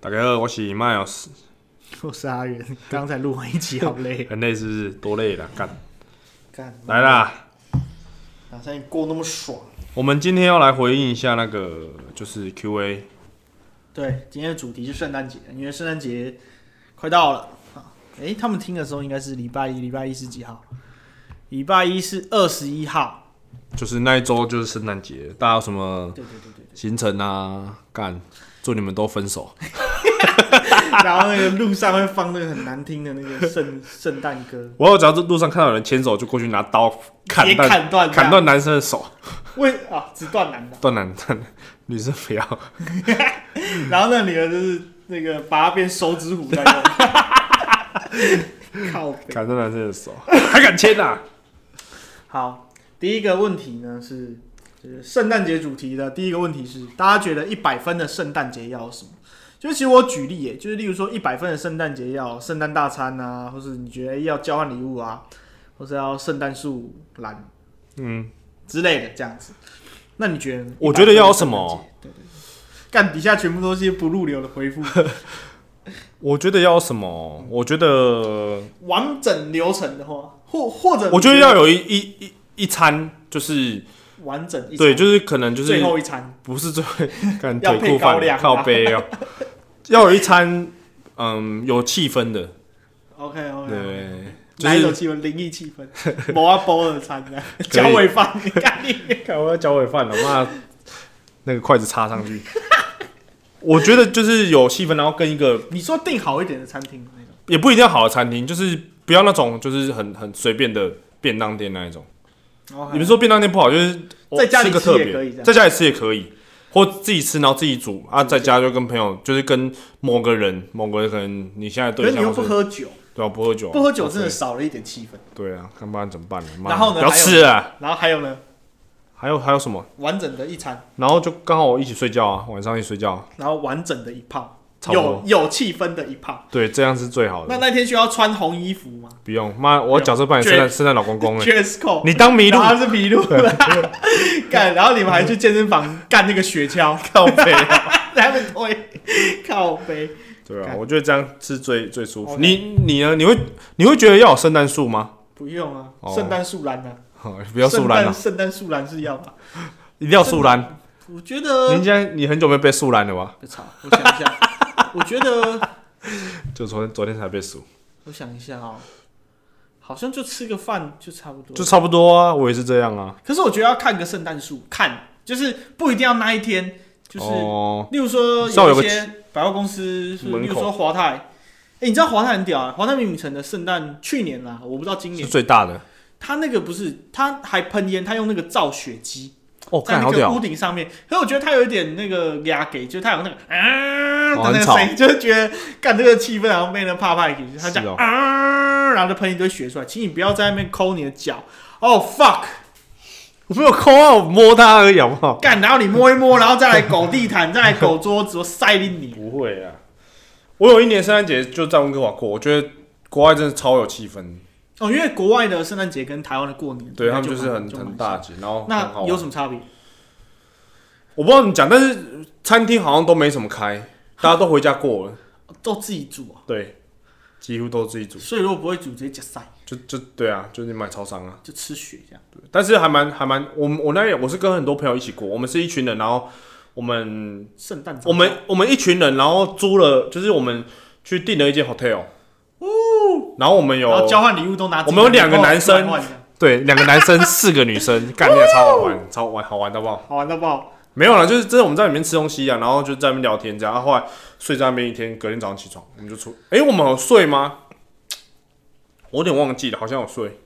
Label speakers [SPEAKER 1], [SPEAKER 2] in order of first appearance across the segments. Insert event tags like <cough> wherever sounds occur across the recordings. [SPEAKER 1] 大家好，我是 Miles，
[SPEAKER 2] 我是阿元，刚才录完一集好累，
[SPEAKER 1] 很累是不是？多累了，干
[SPEAKER 2] 干
[SPEAKER 1] 来，啦！
[SPEAKER 2] 哪像你过那么爽？
[SPEAKER 1] 我们今天要来回应一下那个就是 Q&A，
[SPEAKER 2] 对，今天的主题是圣诞节，因为圣诞节快到了啊。诶，他们听的时候应该是礼拜一，礼拜一是几号？礼拜一是二十一号。
[SPEAKER 1] 就是那一周就是圣诞节，大家有什么
[SPEAKER 2] 对对对对
[SPEAKER 1] 行程啊？干，祝你们都分手。
[SPEAKER 2] 对。 <laughs> 然后那个路上会放那个很难听的那个圣圣诞歌，
[SPEAKER 1] 我有只要在路上看到有人牵手，就过去拿刀砍
[SPEAKER 2] 直接
[SPEAKER 1] 断
[SPEAKER 2] 砍断这样
[SPEAKER 1] 砍断男生的手，
[SPEAKER 2] 为啊只断男的。
[SPEAKER 1] 断男断女生 <laughs> 不要。
[SPEAKER 2] 然后那女的就是那个把它变手指虎在用。 <laughs> 靠北。
[SPEAKER 1] 砍断男生的手， <laughs> 还敢牵呐、啊？
[SPEAKER 2] 好，第一个问题呢是，就是圣诞节主题的第一个问题是，大家觉得一百分的圣诞节要什么？就是其实我举例耶，就是例如说一百分的圣诞节要圣诞大餐啊，或是你觉得要交换礼物啊，或是要圣诞树篮
[SPEAKER 1] 嗯，
[SPEAKER 2] 之类的这样子。那你觉得？
[SPEAKER 1] 我觉得要有什么？
[SPEAKER 2] 对对对，干底下全部都是一些不入流的回复， <laughs>
[SPEAKER 1] 我觉得要什么？我觉得
[SPEAKER 2] 完整流程的话，或或者
[SPEAKER 1] 我觉得要有一一一一餐，就是
[SPEAKER 2] 完整一餐
[SPEAKER 1] 对，就是可能就是
[SPEAKER 2] 最后一餐，
[SPEAKER 1] 不是最会干
[SPEAKER 2] <laughs> 要
[SPEAKER 1] 腿
[SPEAKER 2] 配
[SPEAKER 1] 裤
[SPEAKER 2] 高
[SPEAKER 1] 饭
[SPEAKER 2] 粱啊
[SPEAKER 1] 靠背
[SPEAKER 2] <laughs>
[SPEAKER 1] 哦，要有一餐嗯有气氛的，
[SPEAKER 2] OK OK，
[SPEAKER 1] 对，就
[SPEAKER 2] 哪一种
[SPEAKER 1] 是
[SPEAKER 2] 哦气氛？灵异气氛， <laughs> 某啊包的餐这样，
[SPEAKER 1] 可以
[SPEAKER 2] 脚尾饭，你看你
[SPEAKER 1] 看我要脚尾
[SPEAKER 2] 啊
[SPEAKER 1] <laughs> 饭了，妈那个筷子插上去， <laughs> 我觉得就是有气氛，然后跟一个
[SPEAKER 2] <laughs> 你说订好一点的餐厅那种，
[SPEAKER 1] 也不一定要好的餐厅，就是不要那种就是很很随便的便当店那一种。你们说便当店不好，就是我
[SPEAKER 2] 哦在家里
[SPEAKER 1] 吃个
[SPEAKER 2] 吃
[SPEAKER 1] 特
[SPEAKER 2] 也
[SPEAKER 1] 别
[SPEAKER 2] 可以这样
[SPEAKER 1] 在家里吃也可以，或自己吃然后自己煮啊，在家就跟朋友，就是跟某个人，某个人可能你现在
[SPEAKER 2] 可
[SPEAKER 1] 对
[SPEAKER 2] 是你
[SPEAKER 1] 象
[SPEAKER 2] 又
[SPEAKER 1] 或
[SPEAKER 2] 不
[SPEAKER 1] 是
[SPEAKER 2] 喝酒，
[SPEAKER 1] 对啊，不喝酒啊，
[SPEAKER 2] 不喝酒真的少了一点气氛。
[SPEAKER 1] 对啊，看不然怎么办呢？妈
[SPEAKER 2] 然后
[SPEAKER 1] 不
[SPEAKER 2] 呢
[SPEAKER 1] 要吃啊！
[SPEAKER 2] 然后还有呢，
[SPEAKER 1] 还有还有什么？
[SPEAKER 2] 完整的一餐，
[SPEAKER 1] 然后就刚好我一起睡觉啊，晚上一起睡觉啊，
[SPEAKER 2] 然后完整的一炮，
[SPEAKER 1] 差不
[SPEAKER 2] 有
[SPEAKER 1] 多。
[SPEAKER 2] 有气氛的一炮。
[SPEAKER 1] 对，这样是最好
[SPEAKER 2] 那
[SPEAKER 1] 的。
[SPEAKER 2] 那天需要穿红衣服吗
[SPEAKER 1] 不用，妈，我角色扮演圣诞圣诞老公公哎，
[SPEAKER 2] ？Dress code，
[SPEAKER 1] 你当麋
[SPEAKER 2] 然
[SPEAKER 1] 鹿
[SPEAKER 2] 后他是麋 <laughs> 鹿，干，然后你们还去健身房干那个雪橇，
[SPEAKER 1] 靠背啊。
[SPEAKER 2] 来回推靠背。
[SPEAKER 1] <laughs> 对啊，
[SPEAKER 2] 干
[SPEAKER 1] 我觉得这样是最最舒服。
[SPEAKER 2] OK
[SPEAKER 1] 你你呢？你会你会觉得要有圣诞树吗？ <laughs>
[SPEAKER 2] 不用啊，
[SPEAKER 1] 哦
[SPEAKER 2] 圣诞树篮啊，
[SPEAKER 1] 好不要树懒
[SPEAKER 2] 圣诞
[SPEAKER 1] 了，
[SPEAKER 2] 圣诞树啊篮是要吧？
[SPEAKER 1] 一定要树懒。
[SPEAKER 2] 我觉
[SPEAKER 1] 人
[SPEAKER 2] 得，
[SPEAKER 1] 家你很久没被树懒了吧？
[SPEAKER 2] 我操，我想一下，我觉得，
[SPEAKER 1] 就昨天昨天才被树，
[SPEAKER 2] 我想一下哦，好像就吃个饭就差不多。
[SPEAKER 1] 就差不多啊。我也是这样啊。
[SPEAKER 2] 可是我觉得要看个圣诞树，看就是不一定要那一天，就是、
[SPEAKER 1] 哦，
[SPEAKER 2] 例如说
[SPEAKER 1] 稍微有
[SPEAKER 2] 有
[SPEAKER 1] 个
[SPEAKER 2] 一些百货公司，是
[SPEAKER 1] 门口
[SPEAKER 2] 例如说华泰，哎、你知道华泰很屌啊，华泰名影城的圣诞去年啦，我不知道今
[SPEAKER 1] 是
[SPEAKER 2] 年，
[SPEAKER 1] 最大的。
[SPEAKER 2] 他那个不是他还喷烟，他用那个造雪机。
[SPEAKER 1] 哦，
[SPEAKER 2] 在
[SPEAKER 1] 看
[SPEAKER 2] 那
[SPEAKER 1] 好
[SPEAKER 2] 个
[SPEAKER 1] 屌
[SPEAKER 2] 屋，顶上面，可是我觉得它有一点那个压给，就是它有那个啊
[SPEAKER 1] 哦
[SPEAKER 2] 的那个
[SPEAKER 1] 很吵
[SPEAKER 2] 声音，就是觉得干这个气氛好像被人啪啪给，他
[SPEAKER 1] 是
[SPEAKER 2] 讲
[SPEAKER 1] 哦
[SPEAKER 2] 啊，然后就喷一堆血出来，请你不要在那边抠你的脚。哦、fuck！
[SPEAKER 1] 我没有抠啊，我摸它而已，好不好？
[SPEAKER 2] 干，然后你摸一摸，然后再来狗
[SPEAKER 1] <laughs>
[SPEAKER 2] 地毯，再来狗桌子，我塞进你。
[SPEAKER 1] 不会啊，我有一年圣诞节就在温哥华过，我觉得国外真的超有气氛，
[SPEAKER 2] 哦，因为国外的圣诞节跟台湾的过年，
[SPEAKER 1] 对他们
[SPEAKER 2] 就
[SPEAKER 1] 就是
[SPEAKER 2] 蛮
[SPEAKER 1] 很很。
[SPEAKER 2] 蛮
[SPEAKER 1] 大
[SPEAKER 2] 像
[SPEAKER 1] 节，然后很好
[SPEAKER 2] 那有
[SPEAKER 1] 玩。
[SPEAKER 2] 什么差别？
[SPEAKER 1] 我不知道怎么讲，但是餐厅好像都没什么
[SPEAKER 2] <laughs>
[SPEAKER 1] 开，大家都回家过了，
[SPEAKER 2] 都自己煮啊，
[SPEAKER 1] 对，几乎都自己煮，
[SPEAKER 2] 所以如果不会煮，直接夹塞，
[SPEAKER 1] 就就对啊，就是你买超商啊。
[SPEAKER 2] 就吃血这样。
[SPEAKER 1] 对但是还蛮还蛮，我们我那天我是跟很多朋友一起过，我们是一群人，然后我们
[SPEAKER 2] 圣诞早餐
[SPEAKER 1] 我们我们一群人，然后租了，就是我们去订了一间 hotel，然后我们有
[SPEAKER 2] 哦然后交换礼物都拿自己
[SPEAKER 1] 我
[SPEAKER 2] 的，
[SPEAKER 1] 们有两个
[SPEAKER 2] 然后
[SPEAKER 1] 男生
[SPEAKER 2] 换一下
[SPEAKER 1] 对，两个男生，四个女生， <laughs> 干那个超好玩，超好玩好玩到爆。
[SPEAKER 2] 好玩到爆！
[SPEAKER 1] 没有啦，就是真的我们在里面吃东西啊，然后就在那边聊天这样。啊、后来睡在那边一天，隔天早上起床我们就出。诶，我们有睡吗？我有点忘记了，好像有睡。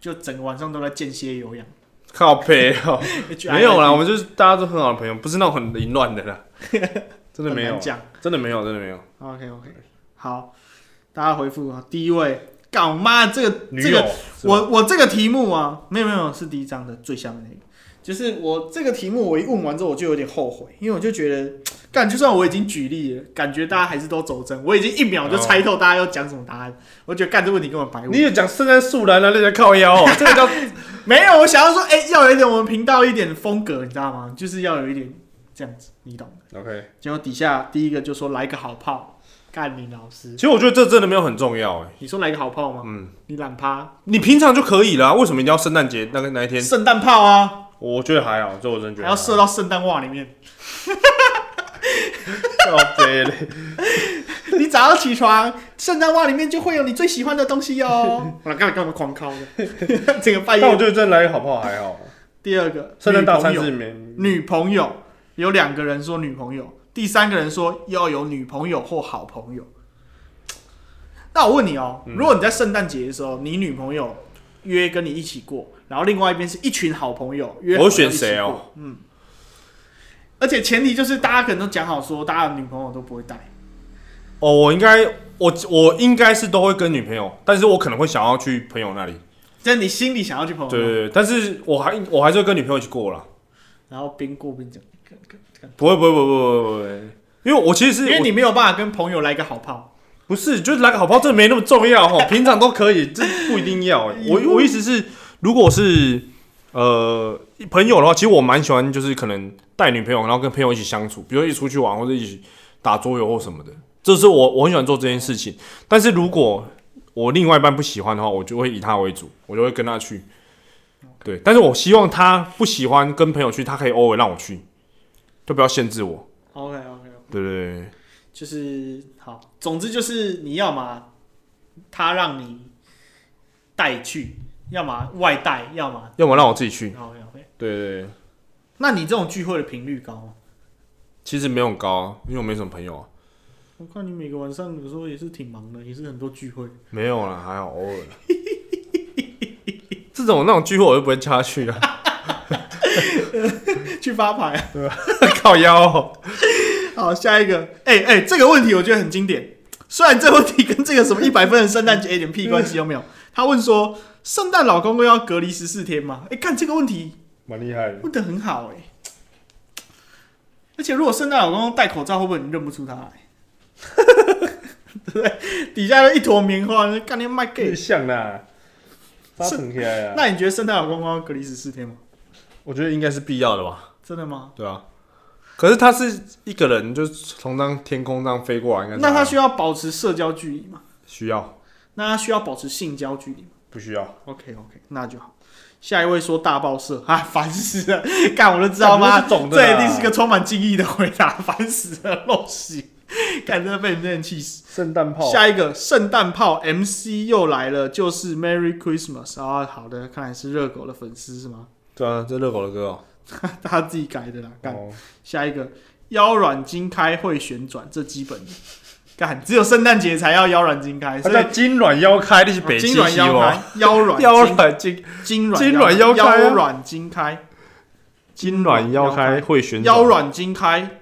[SPEAKER 2] 就整个晚上都在间歇
[SPEAKER 1] <laughs>
[SPEAKER 2] 有氧。
[SPEAKER 1] 靠背哦、没有啦，我
[SPEAKER 2] 了，
[SPEAKER 1] 们就是大家都很好的朋友，不是那种很凌乱的 <laughs> 啦。真的没有啊
[SPEAKER 2] 很难，讲。
[SPEAKER 1] 真的没有，真的没有。
[SPEAKER 2] OK OK，好，大家回复啊。第一位，干我妈这个
[SPEAKER 1] 女
[SPEAKER 2] 这
[SPEAKER 1] 友
[SPEAKER 2] 个，
[SPEAKER 1] 是吧
[SPEAKER 2] 我我这个题目啊，没有没有没有是第一章的最下面那个，就是我这个题目我一问完之后我就有点后悔，因为我就觉得，干就算我已经举例了，感觉大家还是都走针，我已经一秒就猜透大家要讲什么答案，我觉得干这问题根本白问
[SPEAKER 1] 哦你。也讲圣诞树懒啊，那在靠腰哦、哎 <laughs> 这个叫
[SPEAKER 2] 没有，我想要说，哎、要有一点我们频道一点风格，你知道吗？就是要有一点这样子，你懂的。
[SPEAKER 1] OK，
[SPEAKER 2] 结果底下第一个就说来个好炮，干你老师
[SPEAKER 1] 其，实我觉得这真的没有很重要哎、
[SPEAKER 2] 你说来个好炮吗？
[SPEAKER 1] 嗯，
[SPEAKER 2] 你懒趴，
[SPEAKER 1] 你平常就可以啦，为什么一定要圣诞节那个那一天？
[SPEAKER 2] 圣诞炮啊，
[SPEAKER 1] 我觉得还好，这我真的觉
[SPEAKER 2] 还
[SPEAKER 1] 得
[SPEAKER 2] 要射
[SPEAKER 1] 到
[SPEAKER 2] 到圣诞袜里面。
[SPEAKER 1] <laughs>
[SPEAKER 2] <laughs>
[SPEAKER 1] 对嘞，
[SPEAKER 2] 你早上起床，圣诞袜里面就会有你最喜欢的东西
[SPEAKER 1] <laughs>
[SPEAKER 2] 哦。我干嘛干嘛狂敲的， <laughs> 整个半
[SPEAKER 1] 但我
[SPEAKER 2] 夜。
[SPEAKER 1] 觉得真的来个好不好还好，
[SPEAKER 2] 第二个，
[SPEAKER 1] 圣诞大餐
[SPEAKER 2] 女朋
[SPEAKER 1] 是
[SPEAKER 2] 友
[SPEAKER 1] 没
[SPEAKER 2] 女朋友有两个人说女朋友，第三个人说要有女朋友或好朋友。那我问你哦，
[SPEAKER 1] 嗯
[SPEAKER 2] 如果你在圣诞节的时候，你女朋友约跟你一起过，然后另外一边是一群好朋友约，
[SPEAKER 1] 我会选谁哦？
[SPEAKER 2] 嗯，而且前提就是大家可能都讲好说，大家的女朋友都不会带。
[SPEAKER 1] 哦，我应该我我应该是都会跟女朋友，但是我可能会想要去朋友那里，
[SPEAKER 2] 在你心里想要去朋友
[SPEAKER 1] 对
[SPEAKER 2] 那
[SPEAKER 1] 对对，但是我还我还是会跟女朋友一起过啦，
[SPEAKER 2] 然后边过边讲，干干干
[SPEAKER 1] 不会不会不会不会不会不会，因为我其实是
[SPEAKER 2] 因为你没有办法跟朋友来个好炮。
[SPEAKER 1] 不是，就是来个好炮，这没那么重要哦，平常都可以，这不一定要欸。我我意思是，如果是呃朋友的话，其实我蛮喜欢，就是可能带女朋友，然后跟朋友一起相处，比如一起出去玩或者一起打桌游或什么的，这是我我很喜欢做这件事情。但是如果我另外一半不喜欢的话，我就会以他为主，我就会跟他去。对，但是我希望他不喜欢跟朋友去，他可以偶尔让我去，就不要限制我。
[SPEAKER 2] OK OK，
[SPEAKER 1] 对对对，
[SPEAKER 2] 就是好，总之就是你要么他让你带去，要么外带，要么
[SPEAKER 1] 要么让我自己去。
[SPEAKER 2] OK OK。
[SPEAKER 1] 对对对。
[SPEAKER 2] 那你这种聚会的频率高吗？
[SPEAKER 1] 其实没有很高、啊，因为我没什么朋友啊。
[SPEAKER 2] 我看你每个晚上有时候也是挺忙的，也是很多聚会。 <laughs>
[SPEAKER 1] 没有啦，还好偶尔啦。 <laughs> 这种那种聚会我就不会叫他去啊， <laughs>
[SPEAKER 2] 去发牌。 <laughs>
[SPEAKER 1] 靠腰哦、
[SPEAKER 2] 好，下一个，哎、哎、这个问题我觉得很经典。 <laughs> 虽然这问题跟这个什么一百分的圣诞节一点屁关系都没有。他问说，圣诞老公公要隔离十四天吗？哎、看这个问题
[SPEAKER 1] 蛮厉害的。
[SPEAKER 2] 问的很好哎、而且如果圣诞老公公戴口罩，会不会你认不出他来？ <laughs> 对不对？底下就一坨棉花，干你卖 gay。
[SPEAKER 1] 像啦，
[SPEAKER 2] 是
[SPEAKER 1] 很起来。啊
[SPEAKER 2] 那你觉得圣诞老公公要隔离十四天吗？
[SPEAKER 1] 我觉得应该是必要的吧？
[SPEAKER 2] 真的吗？
[SPEAKER 1] 对啊。可是他是一个人，就是从当天空这样飞过来，应该是
[SPEAKER 2] 那
[SPEAKER 1] 还好
[SPEAKER 2] 他需要保持社交距离吗？
[SPEAKER 1] 需要
[SPEAKER 2] 那他需要保持性交距离吗
[SPEAKER 1] 不需要？
[SPEAKER 2] ？OK OK，那就好。下一位说大报社 <laughs> 啊，烦死了！干我就知道吗？
[SPEAKER 1] 干不是总的啦
[SPEAKER 2] 这一定是个充满敬意的回答，烦死了，陋习！干真的被你们气死。
[SPEAKER 1] 圣诞
[SPEAKER 2] 下一个圣诞炮 MC 又来了，就是 Merry Christmas 啊！好的，看来是热狗的粉丝是吗？ <laughs>
[SPEAKER 1] 对啊，这热狗的歌哦、
[SPEAKER 2] 他自己改的啦。干、
[SPEAKER 1] 哦
[SPEAKER 2] 下一个腰软筋开会旋转，这基本的。干只有圣诞节才要腰软筋开，
[SPEAKER 1] 它
[SPEAKER 2] 所以
[SPEAKER 1] 叫金软腰开，你是北哦
[SPEAKER 2] 筋
[SPEAKER 1] 京
[SPEAKER 2] 软腰开，腰软
[SPEAKER 1] 腰
[SPEAKER 2] 筋
[SPEAKER 1] 软筋
[SPEAKER 2] 筋软
[SPEAKER 1] 筋软
[SPEAKER 2] 腰
[SPEAKER 1] 腰开啊
[SPEAKER 2] 腰软筋开，
[SPEAKER 1] 筋软腰开会旋转
[SPEAKER 2] 腰软筋开。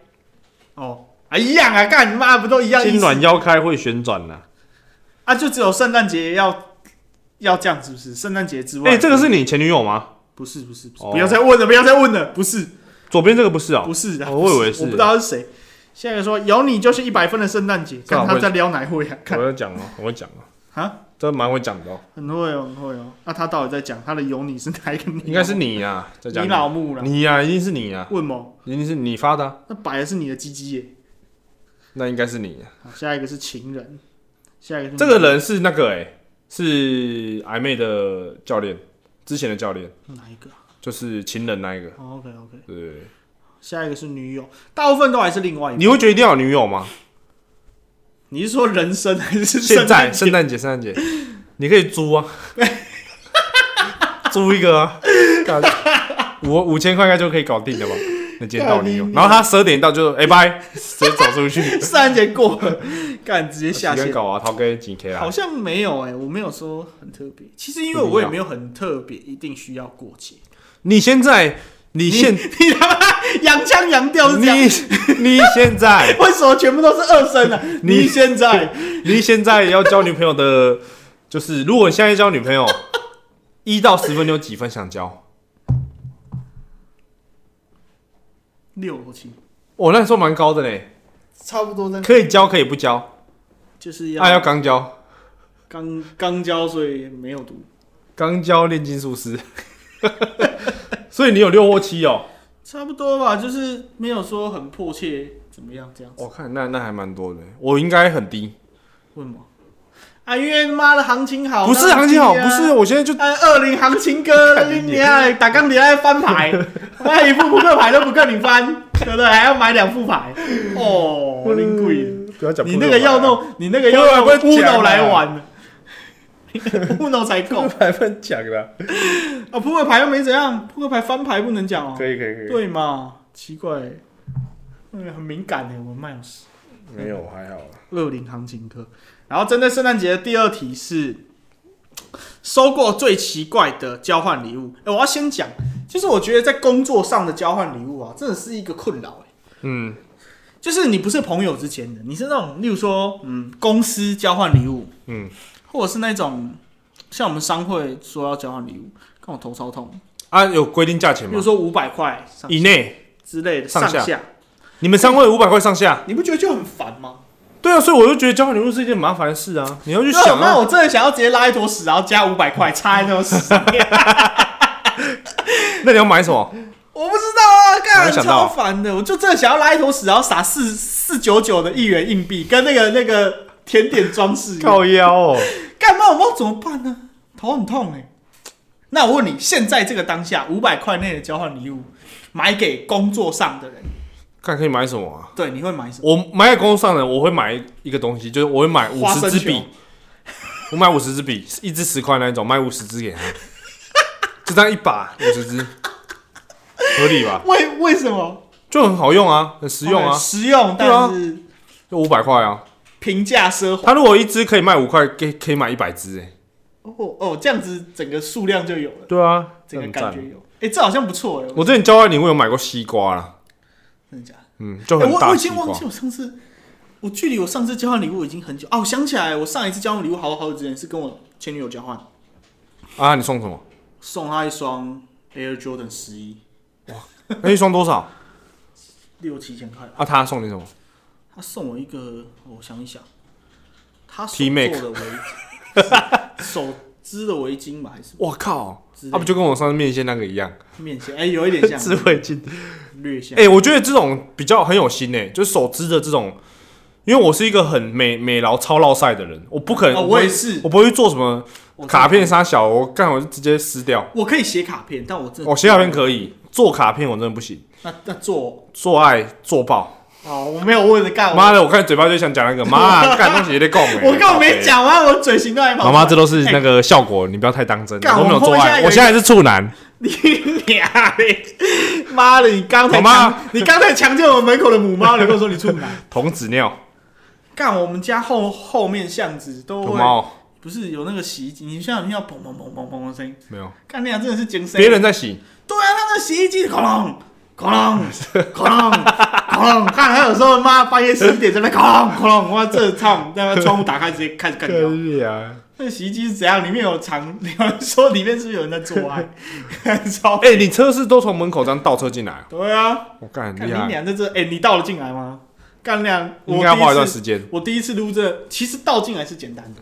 [SPEAKER 2] 哦，啊一样啊！干你妈不都一样意思？
[SPEAKER 1] 筋软腰开会旋转呐、
[SPEAKER 2] 啊，就只有圣诞节要要这样，是不是？圣诞节之外，
[SPEAKER 1] 哎、这个是你前女友吗？
[SPEAKER 2] 不是不是不是，
[SPEAKER 1] 哦
[SPEAKER 2] 不要再问了，不要再问了，不是
[SPEAKER 1] 左边这个不是啊、
[SPEAKER 2] 不是啊，
[SPEAKER 1] 哦我以为
[SPEAKER 2] 不是
[SPEAKER 1] 是
[SPEAKER 2] 我不知道是谁。下一个说有你就是一百分的圣诞节，
[SPEAKER 1] 干
[SPEAKER 2] 看
[SPEAKER 1] 嘛
[SPEAKER 2] 他
[SPEAKER 1] 会
[SPEAKER 2] 在撩哪会啊？看
[SPEAKER 1] 我要讲哦，我会讲哦，
[SPEAKER 2] 啊，
[SPEAKER 1] 这蛮会讲的哦，
[SPEAKER 2] 很会哦，很会哦。那他到底在讲他的有你是哪一个你啊？
[SPEAKER 1] 应该是你呀，在讲
[SPEAKER 2] 你老木了。
[SPEAKER 1] 你啊呀，一定是你呀，
[SPEAKER 2] 问某，
[SPEAKER 1] 一定是你发的啊，
[SPEAKER 2] 那摆的是你的鸡鸡耶。
[SPEAKER 1] 那应该是你啊。
[SPEAKER 2] 好，下一个是情人，下一个是
[SPEAKER 1] 这个人是那个哎，是暧昧的教练，之前的教练
[SPEAKER 2] 哪一个啊？
[SPEAKER 1] 就是情人那一个，
[SPEAKER 2] 哦，OK OK。
[SPEAKER 1] 对。
[SPEAKER 2] 下一个是女友，大部分都还是另外一个。
[SPEAKER 1] 你会觉得一定要有女友吗？
[SPEAKER 2] 你是说人生还 <laughs> 是
[SPEAKER 1] 现
[SPEAKER 2] 圣诞
[SPEAKER 1] 在
[SPEAKER 2] 节
[SPEAKER 1] 圣诞节，圣诞节，你可以租
[SPEAKER 2] <laughs>
[SPEAKER 1] 啊，租一个啊，干五五千块应该就可以搞定的吧？那今天到女友
[SPEAKER 2] 干，你
[SPEAKER 1] 然后他十二点一到就哎拜，直接走出
[SPEAKER 2] <laughs>
[SPEAKER 1] 去。
[SPEAKER 2] 圣诞节过了，干直接下
[SPEAKER 1] 几
[SPEAKER 2] 线
[SPEAKER 1] 根。搞啊，涛哥几 K 啊
[SPEAKER 2] 好？像没有哎、我没有说很特别。其实因为我也没有很特别，一定需要过节。 <laughs>
[SPEAKER 1] 你现在，你现，
[SPEAKER 2] 你他妈洋腔洋调是这样，
[SPEAKER 1] 你你现在，
[SPEAKER 2] 为什么全部都是二声呢、啊？
[SPEAKER 1] 你
[SPEAKER 2] 你现在
[SPEAKER 1] 你现在要交女朋友的，就是如果你现在交女朋友，一到十分你有几分想交？
[SPEAKER 2] 六我七，
[SPEAKER 1] 我、哦那时候蛮高的嘞，
[SPEAKER 2] 差不多在那
[SPEAKER 1] 可以交可以不交，
[SPEAKER 2] 就是
[SPEAKER 1] 那、啊、要
[SPEAKER 2] 要
[SPEAKER 1] 刚交，
[SPEAKER 2] 刚刚交，所以没有读。
[SPEAKER 1] <laughs> 刚交炼金术师，所以你有六或七哦，
[SPEAKER 2] 差不多吧，就是没有说很迫切怎么样这样子。
[SPEAKER 1] 我看那那还蛮多的，我应该很低，
[SPEAKER 2] 为什么？啊，因为妈的行情好，
[SPEAKER 1] 不是
[SPEAKER 2] 那
[SPEAKER 1] 行情好，
[SPEAKER 2] 低啊
[SPEAKER 1] 不是，我现在就
[SPEAKER 2] 哎，二零行情哥，
[SPEAKER 1] 看你
[SPEAKER 2] 你还打钢铁还
[SPEAKER 1] <laughs>
[SPEAKER 2] 翻牌，哎那一副扑克牌都不够你翻，对不对？还要买两副牌，哦，零贵。
[SPEAKER 1] 不要讲
[SPEAKER 2] 你那个要弄，你那个要
[SPEAKER 1] 不然
[SPEAKER 2] 用
[SPEAKER 1] 不会
[SPEAKER 2] Uno
[SPEAKER 1] 讲啊
[SPEAKER 2] 来玩，Uno 才够
[SPEAKER 1] 百分讲的，
[SPEAKER 2] 啊！扑克牌又没怎样，扑克牌翻牌不能讲哦，
[SPEAKER 1] 可以可以可以，
[SPEAKER 2] 对嘛？奇怪，嗯，很敏感哎，我们麦老师
[SPEAKER 1] 没有还好，啊
[SPEAKER 2] 二零行情课。然后针对圣诞节的第二题是收过最奇怪的交换礼物。哎、我要先讲，就是我觉得在工作上的交换礼物啊，真的是一个困扰、哎，
[SPEAKER 1] 嗯，
[SPEAKER 2] 就是你不是朋友之间的，你是那种，例如说，嗯，公司交换礼物，
[SPEAKER 1] 嗯，
[SPEAKER 2] 或者是那种像我们商会说要交换礼物，看我头超痛。
[SPEAKER 1] 啊，有规定价钱
[SPEAKER 2] 比
[SPEAKER 1] 吗
[SPEAKER 2] 如？说五百块上
[SPEAKER 1] 以内，
[SPEAKER 2] 之类的
[SPEAKER 1] 上
[SPEAKER 2] 上
[SPEAKER 1] 下你们三位五百块上下。
[SPEAKER 2] 你不觉得就很烦吗？
[SPEAKER 1] 对啊，所以我就觉得交换礼物是一件麻烦的事啊，你要去
[SPEAKER 2] 那
[SPEAKER 1] 想
[SPEAKER 2] 那
[SPEAKER 1] 啊。
[SPEAKER 2] 我真的想要直接拉一坨屎，然后加五百块插在那坨屎上面。
[SPEAKER 1] 那你要买什么？
[SPEAKER 2] 我不知道啊，
[SPEAKER 1] 我
[SPEAKER 2] 干
[SPEAKER 1] 没想到
[SPEAKER 2] 超烦的，我就真的想要拉一坨屎，然后撒四四九九的一元硬币，跟那个那个甜点装饰一样。
[SPEAKER 1] 腰哦，
[SPEAKER 2] 干嘛？我不知道怎么办呢？头很痛哎、那我问你，现在这个当下，五百块内的交换礼物，买给工作上的人，
[SPEAKER 1] 看可以买什么啊？
[SPEAKER 2] 对，你会买什么？
[SPEAKER 1] 我买给工作上的，我会买一个东西，就是我会买五
[SPEAKER 2] 花
[SPEAKER 1] 十
[SPEAKER 2] 生
[SPEAKER 1] 支
[SPEAKER 2] 球
[SPEAKER 1] 笔，我买五十支笔，一支十块那一种，买五十支给他，就这样一把五十支，合理吧？
[SPEAKER 2] 为为什么？
[SPEAKER 1] 就很好用啊，很实用啊，
[SPEAKER 2] 实用，
[SPEAKER 1] 对啊
[SPEAKER 2] 但是
[SPEAKER 1] 就五百块啊。
[SPEAKER 2] 平价奢华。
[SPEAKER 1] 他如果一支可以卖五块，可以可以买一百支哎。
[SPEAKER 2] 哦哦，这样子整个数量就有了，
[SPEAKER 1] 对啊，
[SPEAKER 2] 整个
[SPEAKER 1] 很
[SPEAKER 2] 感
[SPEAKER 1] 赞
[SPEAKER 2] 觉。有。哎、这好像不错哎、
[SPEAKER 1] 我之前交换礼物有买过西瓜啦，
[SPEAKER 2] 真的假的？
[SPEAKER 1] 嗯，就
[SPEAKER 2] 欸
[SPEAKER 1] 很
[SPEAKER 2] 我
[SPEAKER 1] 大
[SPEAKER 2] 我已
[SPEAKER 1] 西
[SPEAKER 2] 经
[SPEAKER 1] 瓜
[SPEAKER 2] 忘。记我上次，我距离我上次交换礼物已经很久哦。我想起来，我上一次交换礼物好好久之前是跟我前女友交换，
[SPEAKER 1] 啊，你送什么？
[SPEAKER 2] 送她一双 Air Jordan 十一，
[SPEAKER 1] 那一双多少？
[SPEAKER 2] 六七千块。
[SPEAKER 1] 啊，他送你什么？
[SPEAKER 2] 她送我一个，我想一想，她手做
[SPEAKER 1] T-Mac
[SPEAKER 2] 的围， <laughs> 手织的围巾吧，还是
[SPEAKER 1] 我靠
[SPEAKER 2] 之类，
[SPEAKER 1] 啊
[SPEAKER 2] 的
[SPEAKER 1] 不就跟我上次面线那个一样，
[SPEAKER 2] 面线？哎、有一点
[SPEAKER 1] <laughs>
[SPEAKER 2] 像，
[SPEAKER 1] 慧镜。
[SPEAKER 2] 略像。
[SPEAKER 1] 哎、我觉得这种比较很有心诶、就是手织的这种，因为我是一个很美美劳超劳赛的人，我不可能，
[SPEAKER 2] 哦，
[SPEAKER 1] 不
[SPEAKER 2] 我
[SPEAKER 1] 会
[SPEAKER 2] 也是，
[SPEAKER 1] 我不会去做什么
[SPEAKER 2] 我
[SPEAKER 1] 卡片杀小，我干我就直接撕掉。
[SPEAKER 2] 我可以写卡片，但我真的
[SPEAKER 1] 我哦写卡片可以，做卡片我真的不行，
[SPEAKER 2] 那那做
[SPEAKER 1] 做爱做爆，
[SPEAKER 2] 哦，我没有问的干，
[SPEAKER 1] 妈的，我看嘴巴就想讲那个，妈干东西在供、欸，
[SPEAKER 2] 我根本没。讲完，我嘴型都还跑出
[SPEAKER 1] 妈
[SPEAKER 2] 来。
[SPEAKER 1] 妈，这都是
[SPEAKER 2] 哎
[SPEAKER 1] 那个效果，你不要太当真。
[SPEAKER 2] 干
[SPEAKER 1] 我都没有
[SPEAKER 2] 我们
[SPEAKER 1] 做
[SPEAKER 2] 后面现在有
[SPEAKER 1] 爱，
[SPEAKER 2] 一
[SPEAKER 1] 我现在还是处男。
[SPEAKER 2] <laughs> 你俩嘞！ <laughs> 妈的，你 <laughs> 刚才
[SPEAKER 1] 好吗
[SPEAKER 2] 强，你刚才强奸我门口的母猫，你跟我说你啊处男？
[SPEAKER 1] 童子尿，
[SPEAKER 2] <laughs> 干，我们家后后面巷子都
[SPEAKER 1] 有
[SPEAKER 2] 会，
[SPEAKER 1] 猫
[SPEAKER 2] 不是有那个洗衣机，你现在有听到砰砰砰砰砰的声音，
[SPEAKER 1] 没有？
[SPEAKER 2] 干你俩真的是精神。
[SPEAKER 1] 别人在洗，
[SPEAKER 2] 对啊，他那洗衣机哐啷哐啷哐啷哐啷，干还有时候妈半夜十点在那边哐啷哐啷，哇这操，那个窗户打开直接开始干掉。
[SPEAKER 1] 啊！
[SPEAKER 2] 那洗衣机是怎样？里面有藏， <laughs> 你们说里面是不是有人在做爱？ <laughs> 超
[SPEAKER 1] 哎、你车是都从门口这样倒车进来啊，
[SPEAKER 2] 对啊。
[SPEAKER 1] 我干很
[SPEAKER 2] 干
[SPEAKER 1] 厉
[SPEAKER 2] 你
[SPEAKER 1] 害。
[SPEAKER 2] 娘在这，哎、你倒了进来吗？干娘，我
[SPEAKER 1] 应该要花一段
[SPEAKER 2] 第次
[SPEAKER 1] 时间，
[SPEAKER 2] 我第一次录这，其实倒进来是简单的，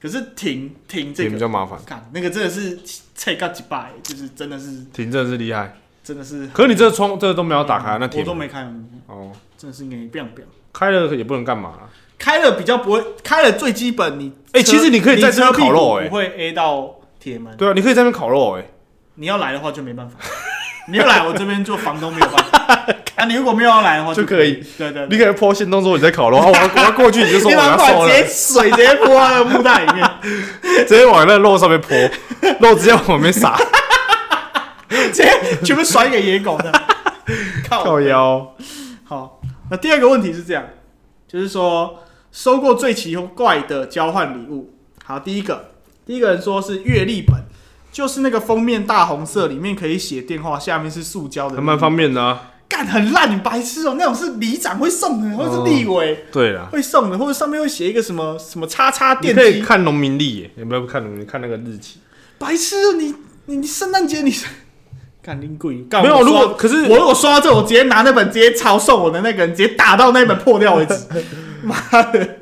[SPEAKER 2] 可是停停这
[SPEAKER 1] 停啊比
[SPEAKER 2] 个，
[SPEAKER 1] 较麻烦。
[SPEAKER 2] 干那个真的是菜干几拜，欸就是真的是
[SPEAKER 1] 停真的是厉害，
[SPEAKER 2] 真的是。
[SPEAKER 1] 可是你这个窗这个都没有打开，那
[SPEAKER 2] 我
[SPEAKER 1] 停
[SPEAKER 2] 都没开，
[SPEAKER 1] 哦，
[SPEAKER 2] 真的是给你不要不要。
[SPEAKER 1] 开了也不能干嘛。
[SPEAKER 2] 开了比较不会，开了最基本你车。
[SPEAKER 1] 哎其实你可以在这边
[SPEAKER 2] 车屁股
[SPEAKER 1] 烤肉哎
[SPEAKER 2] 不会 A 到铁门。
[SPEAKER 1] 对啊，你可以在那边烤肉哎，
[SPEAKER 2] 你要来的话就没办法， <laughs> 你要来我这边做房东没有
[SPEAKER 1] <laughs>
[SPEAKER 2] 办法。啊，你如果没有要来的话
[SPEAKER 1] 就可以。
[SPEAKER 2] 对对对
[SPEAKER 1] 你可以抛线动作你在烤肉，啊我要我要过去你就说
[SPEAKER 2] 你
[SPEAKER 1] 我
[SPEAKER 2] 把
[SPEAKER 1] 要收
[SPEAKER 2] 管直接
[SPEAKER 1] 了，
[SPEAKER 2] 水直接泼到那个木袋里面。
[SPEAKER 1] 直接往那肉上面泼，肉直接往旁边撒，
[SPEAKER 2] 直接全部甩给野狗的。 <laughs>
[SPEAKER 1] <laughs>
[SPEAKER 2] 靠！
[SPEAKER 1] 靠腰。
[SPEAKER 2] 好，那第二个问题是这样，就是说收过最奇怪的交换礼物。好，第一个，第一个人说是月历本，就是那个封面大红色，里面可以写电话，下面是塑胶的，
[SPEAKER 1] 还蛮方便的啊。
[SPEAKER 2] 干很烂，你白痴哦、那种是里长会送的，或者是立委
[SPEAKER 1] 对啦，
[SPEAKER 2] 会送的，或者上面会写一个什么什么叉叉
[SPEAKER 1] 你
[SPEAKER 2] 电
[SPEAKER 1] 可以
[SPEAKER 2] 机，
[SPEAKER 1] 看农民历耶，你不要看农民，看那个日期。
[SPEAKER 2] 白痴哦、你你你圣诞节你 <laughs> 是。干拎鬼，干
[SPEAKER 1] 没有，
[SPEAKER 2] 我
[SPEAKER 1] 如
[SPEAKER 2] 刷
[SPEAKER 1] 果可是
[SPEAKER 2] 我如果刷到这，我直接拿那本直接抄送我的那个人，直接打到那本破掉
[SPEAKER 1] <laughs>
[SPEAKER 2] 为止。妈的，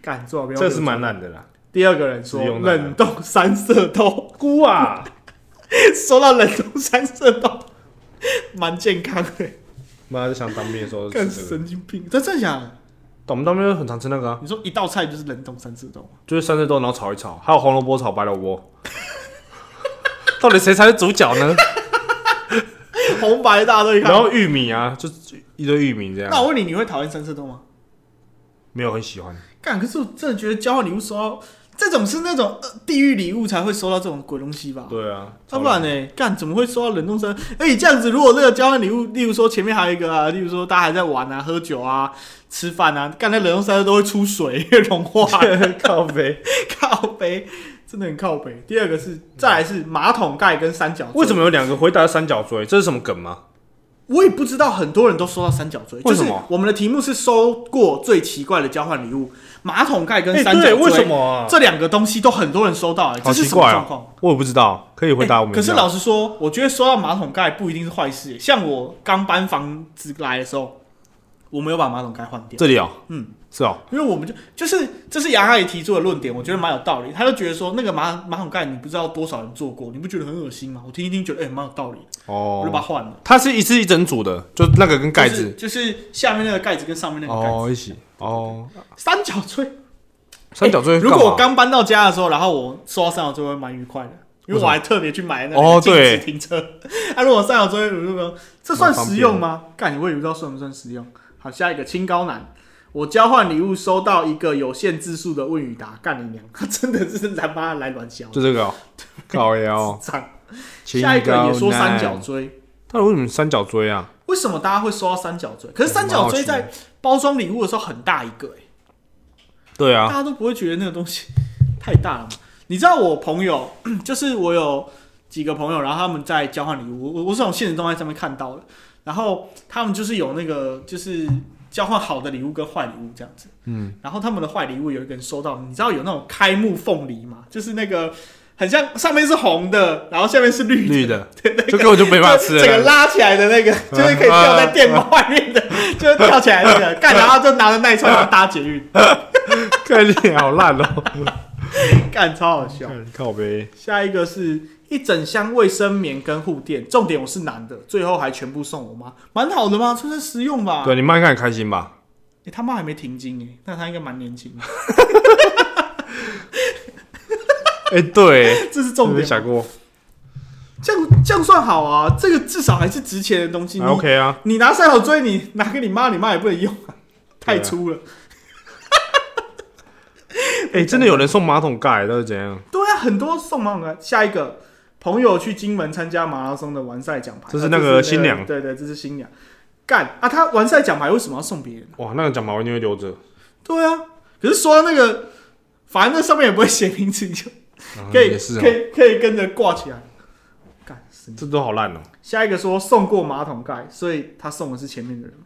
[SPEAKER 2] 敢做不要？
[SPEAKER 1] 这是蛮。难的啦。
[SPEAKER 2] 第二个人说
[SPEAKER 1] 实用的啊
[SPEAKER 2] 冷冻三色豆， <laughs>
[SPEAKER 1] 菇啊，
[SPEAKER 2] 收到冷冻三色豆，蛮健康的，
[SPEAKER 1] 妈就想当兵的时候就
[SPEAKER 2] 干
[SPEAKER 1] 吃这个。
[SPEAKER 2] 神经病！真正想，
[SPEAKER 1] 但我们当兵很常吃那个啊，
[SPEAKER 2] 你说一道菜就是冷冻三次冻，
[SPEAKER 1] 就是三色豆，然后炒一炒，还有红萝卜炒白萝卜。 <laughs> 到底谁才是主角
[SPEAKER 2] <laughs>
[SPEAKER 1] 呢？
[SPEAKER 2] 红白大对
[SPEAKER 1] 然
[SPEAKER 2] 抗。
[SPEAKER 1] 后玉米啊，就一堆玉米这
[SPEAKER 2] 那
[SPEAKER 1] 样，
[SPEAKER 2] 我问你，你会讨厌三色豆吗？
[SPEAKER 1] 没有很喜欢。
[SPEAKER 2] 干，可是我真的觉得交换礼物收到这种是那种呃地狱礼物才会收到这种鬼东西吧？
[SPEAKER 1] 对啊，
[SPEAKER 2] 要不然呢、干怎么会收到冷冻三？哎、这样子如果那个交换礼物，例如说前面还有一个啊，例如说大家还在玩啊、喝酒啊、吃饭啊，干那冷冻三色都会出水 <laughs>
[SPEAKER 1] <laughs>
[SPEAKER 2] 融化，
[SPEAKER 1] 靠背，
[SPEAKER 2] 靠背，真的很靠背。第二个是，再来是马桶盖跟三角。
[SPEAKER 1] 为什？么有两个回答三角锥？这是什么梗吗？
[SPEAKER 2] 我也不知道，很多人都收到三角锥。
[SPEAKER 1] 为什么
[SPEAKER 2] 就是我们的题目是收过最奇怪的交换礼物，马桶盖跟
[SPEAKER 1] 哎
[SPEAKER 2] 三角
[SPEAKER 1] 对，
[SPEAKER 2] 锥。
[SPEAKER 1] 为什么啊？
[SPEAKER 2] 这两个东西都很多人收到、哎，
[SPEAKER 1] 好
[SPEAKER 2] 这是
[SPEAKER 1] 奇
[SPEAKER 2] 什么
[SPEAKER 1] 怪
[SPEAKER 2] 状况？哎
[SPEAKER 1] 啊！我也不知道，可以回答我们一
[SPEAKER 2] 可
[SPEAKER 1] 下。
[SPEAKER 2] 是老实说，我觉得收到马桶盖不一定是坏事、哎像我刚搬房子来的时候，我没有把马桶盖换掉，
[SPEAKER 1] 这里哦，
[SPEAKER 2] 嗯，
[SPEAKER 1] 是哦，
[SPEAKER 2] 因为我们就就是这是杨阿姨提出的论点，我觉得蛮有道理。她就觉得说那个马马桶盖，你不知道多少人做过，你不觉得很恶心吗？我听一听觉得哎蛮、有道理的，我就把
[SPEAKER 1] 哦，
[SPEAKER 2] 它换了。
[SPEAKER 1] 它是一次一整组的，就那个跟盖子
[SPEAKER 2] 就是、就是下面那个盖子跟上面那个盖子、
[SPEAKER 1] 哦一起哦，
[SPEAKER 2] 三角锥。
[SPEAKER 1] 三角锥
[SPEAKER 2] 哎如
[SPEAKER 1] <laughs> 干嘛。
[SPEAKER 2] 果我刚搬到家的时候，然后我收到三角锥，我会蛮愉快的，因为我还特别去买那
[SPEAKER 1] 哦
[SPEAKER 2] 个禁止
[SPEAKER 1] 对
[SPEAKER 2] 停车。 <laughs> 啊，如果三角锥，我就说这算实用吗？干，你会也不知道算不算实用。好，下一个清高男，我交换礼物收到一个有限字数的问语答，干你娘， <laughs> 他真的是来妈来乱销，
[SPEAKER 1] 就这
[SPEAKER 2] <laughs>
[SPEAKER 1] 个哦，靠腰。
[SPEAKER 2] 智障下一个也说三角锥，
[SPEAKER 1] 但为什么三角锥啊？
[SPEAKER 2] 为什么大家会收到三角锥？可是三角锥在包装礼物的时候很大一个、欸，
[SPEAKER 1] 对啊，
[SPEAKER 2] 大家都不会觉得那个东西太大了嘛。你知道我朋友， <clears throat> 就是我有几个朋友，然后他们在交换礼物，我我是从现实动态上面看到的。然后他们就是有那个，就是交换好的礼物跟坏礼物这样子。
[SPEAKER 1] 嗯，
[SPEAKER 2] 然后他们的坏礼物有一个人收到，你知道有那种开幕凤梨吗？就是那个很像上面是红的，然后下面是绿的，
[SPEAKER 1] 绿的，就根本就没办法吃
[SPEAKER 2] 整
[SPEAKER 1] <laughs>
[SPEAKER 2] 个
[SPEAKER 1] 了。
[SPEAKER 2] 拉起来的那个，就是可以吊在电脑外面的，就是吊起来那个， <laughs> 干，然后就拿着那一串然后搭捷运，
[SPEAKER 1] 概念好烂哦，
[SPEAKER 2] 干超好笑。
[SPEAKER 1] 靠呗。
[SPEAKER 2] 下一个是一整箱卫生棉跟护垫，重点我是男的，最后还全部送我妈，蛮好的嘛，这算实用吧？
[SPEAKER 1] 对你妈应该很开心吧？
[SPEAKER 2] 诶他妈还没停经哎、那他应该蛮年轻的，
[SPEAKER 1] 哎，对，
[SPEAKER 2] 这是重
[SPEAKER 1] <laughs> 没
[SPEAKER 2] 点。
[SPEAKER 1] 想过。
[SPEAKER 2] 这样这样算好啊，这个至少还是值钱的东西。你、
[SPEAKER 1] 还 OK 啊，
[SPEAKER 2] 你拿三角锥，你拿给你妈，你妈也不能用啊，太粗了。
[SPEAKER 1] <laughs> 哎，真的有人送马桶盖，那是怎样？
[SPEAKER 2] 对啊，很多送马桶盖。下一个朋友去金门参加马拉松的完赛奖牌，
[SPEAKER 1] 这是
[SPEAKER 2] 啊
[SPEAKER 1] 那个新娘
[SPEAKER 2] 对对，这是新娘。干啊，他完赛奖牌为什么要送别人？
[SPEAKER 1] 哇，那个奖牌我一定会留着，
[SPEAKER 2] 对啊，可是说到那个，反正那上面也不会写名字，你就
[SPEAKER 1] <laughs> 啊
[SPEAKER 2] 可以、
[SPEAKER 1] 也是
[SPEAKER 2] 可
[SPEAKER 1] 哦，
[SPEAKER 2] 以可以跟着挂起来。干神经
[SPEAKER 1] 这都好烂哦。
[SPEAKER 2] 下一个说送过马桶盖，所以他送的是前面的人。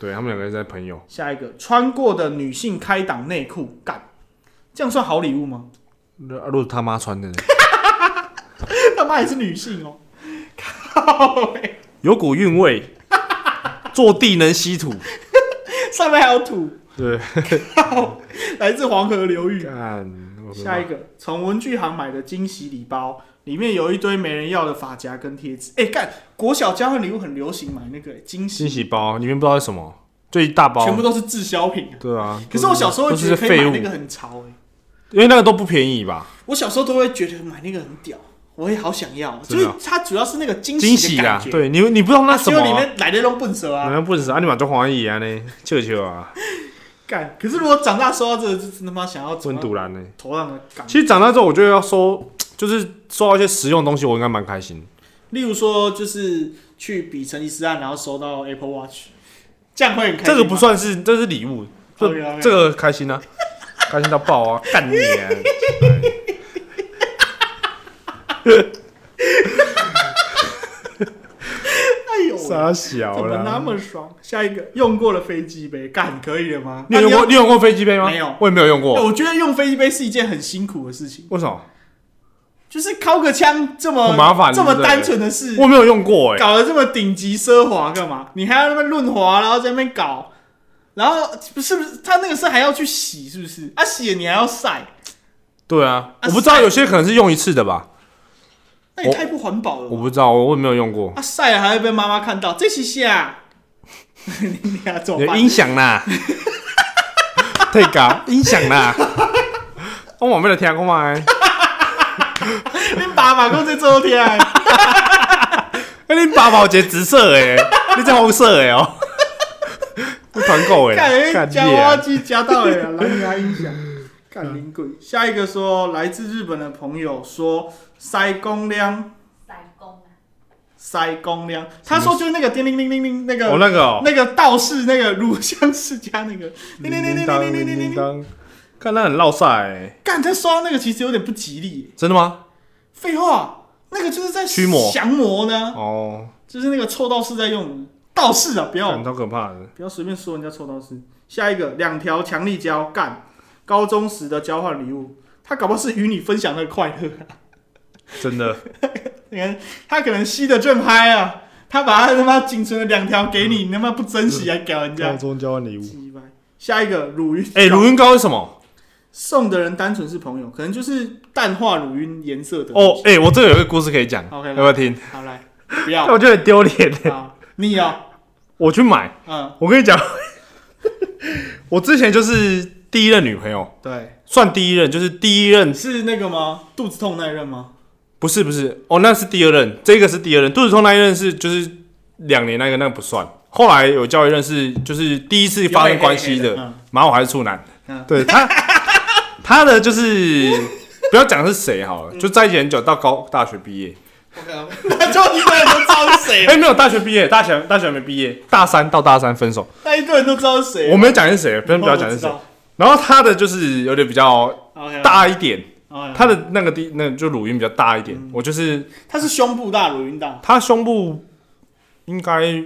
[SPEAKER 1] 对他们两个人在朋友，
[SPEAKER 2] 下一个穿过的女性开裆内裤，干，这样算好礼物吗？ <laughs>
[SPEAKER 1] 那如果他妈穿的呢，
[SPEAKER 2] 他妈也是女性哦，靠北！
[SPEAKER 1] 有股韵味，
[SPEAKER 2] <laughs>
[SPEAKER 1] 坐地能吸土。
[SPEAKER 2] 上面还有土，
[SPEAKER 1] 对，
[SPEAKER 2] 靠，来自黄河流域。
[SPEAKER 1] 干，我的妈
[SPEAKER 2] 下一个，从文具行买的惊喜礼包，里面有一堆没人要的发夹跟贴纸。哎、干，国小交换礼物很流行买那个、哎惊喜
[SPEAKER 1] 惊喜包里面不知道是什么，就一大包，
[SPEAKER 2] 全部都是滞销品、啊。
[SPEAKER 1] 对啊。
[SPEAKER 2] 可是我小时候会
[SPEAKER 1] 都
[SPEAKER 2] 觉
[SPEAKER 1] 是
[SPEAKER 2] 得可以
[SPEAKER 1] 废
[SPEAKER 2] 买
[SPEAKER 1] 物
[SPEAKER 2] 那，个很潮哎、
[SPEAKER 1] 因为那个都不便宜吧？
[SPEAKER 2] 我小时候都会觉得买那个很屌，我也好想要。就
[SPEAKER 1] 真的
[SPEAKER 2] 是
[SPEAKER 1] 啊
[SPEAKER 2] 它主要是那个惊
[SPEAKER 1] 惊喜
[SPEAKER 2] 喜的
[SPEAKER 1] 啊
[SPEAKER 2] 感，觉，
[SPEAKER 1] 对你你不知道那
[SPEAKER 2] 啊，
[SPEAKER 1] 什
[SPEAKER 2] 结
[SPEAKER 1] 么
[SPEAKER 2] 果里
[SPEAKER 1] 啊，
[SPEAKER 2] 面来的都笨蛇
[SPEAKER 1] 你
[SPEAKER 2] 啊，
[SPEAKER 1] 们不是啊，你嘛就欢喜啊呢，笑笑啊，
[SPEAKER 2] 干。可是如果长大收到这个，就真他妈想要
[SPEAKER 1] 真
[SPEAKER 2] 从
[SPEAKER 1] 堵然呢。
[SPEAKER 2] 头上的感
[SPEAKER 1] 其实长大之后，我觉得要收，就是收到一些实用的东西，我应该蛮开心。
[SPEAKER 2] 例如说，就是去比成吉思汗，然后收到 Apple Watch，这样会很开心
[SPEAKER 1] 这
[SPEAKER 2] 吗哦
[SPEAKER 1] 个不算是，这是礼物，这
[SPEAKER 2] OK，OK
[SPEAKER 1] 这个开心啊，开心到爆
[SPEAKER 2] <laughs>
[SPEAKER 1] 啊，干你啊！
[SPEAKER 2] 哎呦喂，怎
[SPEAKER 1] 傻小
[SPEAKER 2] 么那
[SPEAKER 1] 啦。
[SPEAKER 2] 么爽？下一个用过了飞机杯，干可以了吗？
[SPEAKER 1] 你有用
[SPEAKER 2] 啊
[SPEAKER 1] 过你有用过飞机杯吗？
[SPEAKER 2] 没有
[SPEAKER 1] 我也没有用
[SPEAKER 2] 要
[SPEAKER 1] 过。
[SPEAKER 2] 我觉得用飞机杯是一件很辛苦的事情，
[SPEAKER 1] 为什么？
[SPEAKER 2] 就是敲个枪这么
[SPEAKER 1] 很麻烦
[SPEAKER 2] 这么
[SPEAKER 1] 对不对
[SPEAKER 2] 单纯的事，
[SPEAKER 1] 我没有用过哎。
[SPEAKER 2] 搞得这么顶级奢华干嘛？你还要那边润滑，然后在那边搞，然后不是不是他那个是还要去洗，是不是？啊洗了你还要晒，
[SPEAKER 1] 对啊，
[SPEAKER 2] 啊
[SPEAKER 1] 我不知道
[SPEAKER 2] 晒
[SPEAKER 1] 有些可能是用一次的吧。
[SPEAKER 2] 那也
[SPEAKER 1] 我
[SPEAKER 2] 太不环保了
[SPEAKER 1] 我
[SPEAKER 2] 吧。
[SPEAKER 1] 不知道，我我也没有用过。
[SPEAKER 2] 啊，晒了还会被妈妈看到，这是
[SPEAKER 1] <laughs>
[SPEAKER 2] 下，你你俩怎么
[SPEAKER 1] 有
[SPEAKER 2] 办？
[SPEAKER 1] 音响
[SPEAKER 2] <laughs>
[SPEAKER 1] 啦，退稿音响啦，我冇咩听过嘛？啊，
[SPEAKER 2] 恁爸爸讲这做天，啊
[SPEAKER 1] <laughs> 你哎爸爸有一个紫色诶，你只红色诶哦，你团购诶，
[SPEAKER 2] 干哎夹
[SPEAKER 1] 啊你
[SPEAKER 2] 娃娃
[SPEAKER 1] 啊
[SPEAKER 2] 机夹
[SPEAKER 1] <laughs>
[SPEAKER 2] 到了，蓝牙音响，干灵鬼。下一个说，来自日本的朋友说，塞公亮，
[SPEAKER 3] 塞工啊，
[SPEAKER 2] 塞公亮，他说就是那个叮铃铃铃铃那
[SPEAKER 1] 哦
[SPEAKER 2] 个。
[SPEAKER 1] 那个哦，
[SPEAKER 2] 那个道士，那个乳香世家那
[SPEAKER 1] <laughs>
[SPEAKER 2] 个，叮铃铃铃铃铃铃铃铃，
[SPEAKER 1] 当，看那很绕塞欸，
[SPEAKER 2] 干他刷那个其实有点不吉利耶。
[SPEAKER 1] 真的吗？
[SPEAKER 2] 废话，那个就是在
[SPEAKER 1] 驱魔
[SPEAKER 2] 降魔呢，
[SPEAKER 1] 哦，
[SPEAKER 2] 就是那个臭道士在用的道士啊，不要
[SPEAKER 1] 感超可怕的，
[SPEAKER 2] 不要随便说人家臭道士。下一个，两条强力胶干，高中时的交换礼物，他搞不好是与你分享的快乐、
[SPEAKER 1] 真的。
[SPEAKER 2] 你看他可能吸的正嗨啊，他把他他妈仅存的两条给
[SPEAKER 1] 嗯
[SPEAKER 2] 你，你他妈不珍惜还搞人
[SPEAKER 1] 高
[SPEAKER 2] 家。
[SPEAKER 1] 中交换礼物，
[SPEAKER 2] 鸡掰下一个乳晕，
[SPEAKER 1] 嗯哎，乳晕膏是什
[SPEAKER 2] <laughs>
[SPEAKER 1] 么？
[SPEAKER 2] 送的人单纯是朋友，可能就是淡化乳晕颜色的东
[SPEAKER 1] 哦
[SPEAKER 2] 西。，
[SPEAKER 1] 哎，我这个有一个故事可以讲，
[SPEAKER 2] OK，
[SPEAKER 1] 要不要听？
[SPEAKER 2] 好来，
[SPEAKER 1] <laughs>
[SPEAKER 2] 不要
[SPEAKER 1] 但我觉得很丢脸欸，
[SPEAKER 2] 好，你哦，
[SPEAKER 1] 我去买。 <laughs>
[SPEAKER 2] 嗯，
[SPEAKER 1] 我跟你讲，我之前就是第一任女朋友，
[SPEAKER 2] 对，
[SPEAKER 1] 算第一任，就是第一任，
[SPEAKER 2] 是那个吗？肚子痛那一任吗？
[SPEAKER 1] 不是不是，哦，那是第二任，这个是第二任，肚子痛那一任是就是两年那个那个不算，后来有交一任是就是第一次发生关系
[SPEAKER 2] 有黑
[SPEAKER 1] 的，
[SPEAKER 2] 黑的，
[SPEAKER 1] 马我还是处男，
[SPEAKER 2] 嗯
[SPEAKER 1] 对
[SPEAKER 2] <laughs>
[SPEAKER 1] 他他的就是不要讲是谁好了，就在一起很久，到高大学毕业，
[SPEAKER 2] 嗯， <laughs> 那就一个人都知道是谁了
[SPEAKER 1] 哎、没有大学毕业， <laughs> 大学大学还没毕业，大三到大三分手，
[SPEAKER 2] 那一堆人都知道是谁。哦
[SPEAKER 1] 我没有讲是谁，不要不要讲是谁，然后他的就是有点比较
[SPEAKER 2] OK，
[SPEAKER 1] 大一点。
[SPEAKER 2] 他
[SPEAKER 1] 他的那个地，那就乳晕比较大一点。
[SPEAKER 2] 嗯
[SPEAKER 1] 我就是
[SPEAKER 2] 他是胸部大，乳晕大，
[SPEAKER 1] 他胸部应该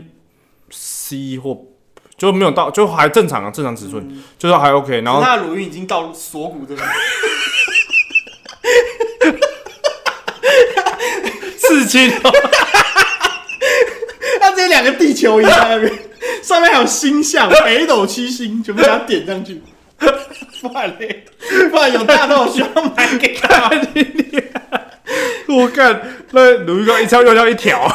[SPEAKER 1] C 或就没有到，就还正常啊，正常尺寸，
[SPEAKER 2] 嗯
[SPEAKER 1] 就是还 OK。然
[SPEAKER 2] 可
[SPEAKER 1] 后
[SPEAKER 2] 是他的乳晕已经到锁骨这里，
[SPEAKER 1] <laughs> 刺青，
[SPEAKER 2] <laughs> 他直接两个地球仪在那边， <laughs> 上面还有
[SPEAKER 1] <laughs>
[SPEAKER 2] 星象，北斗七星全部给他点上去。 <laughs> 不然嘞，不然有大到需要买给他。
[SPEAKER 1] <laughs> 我看那乳晕膏一条又要一条，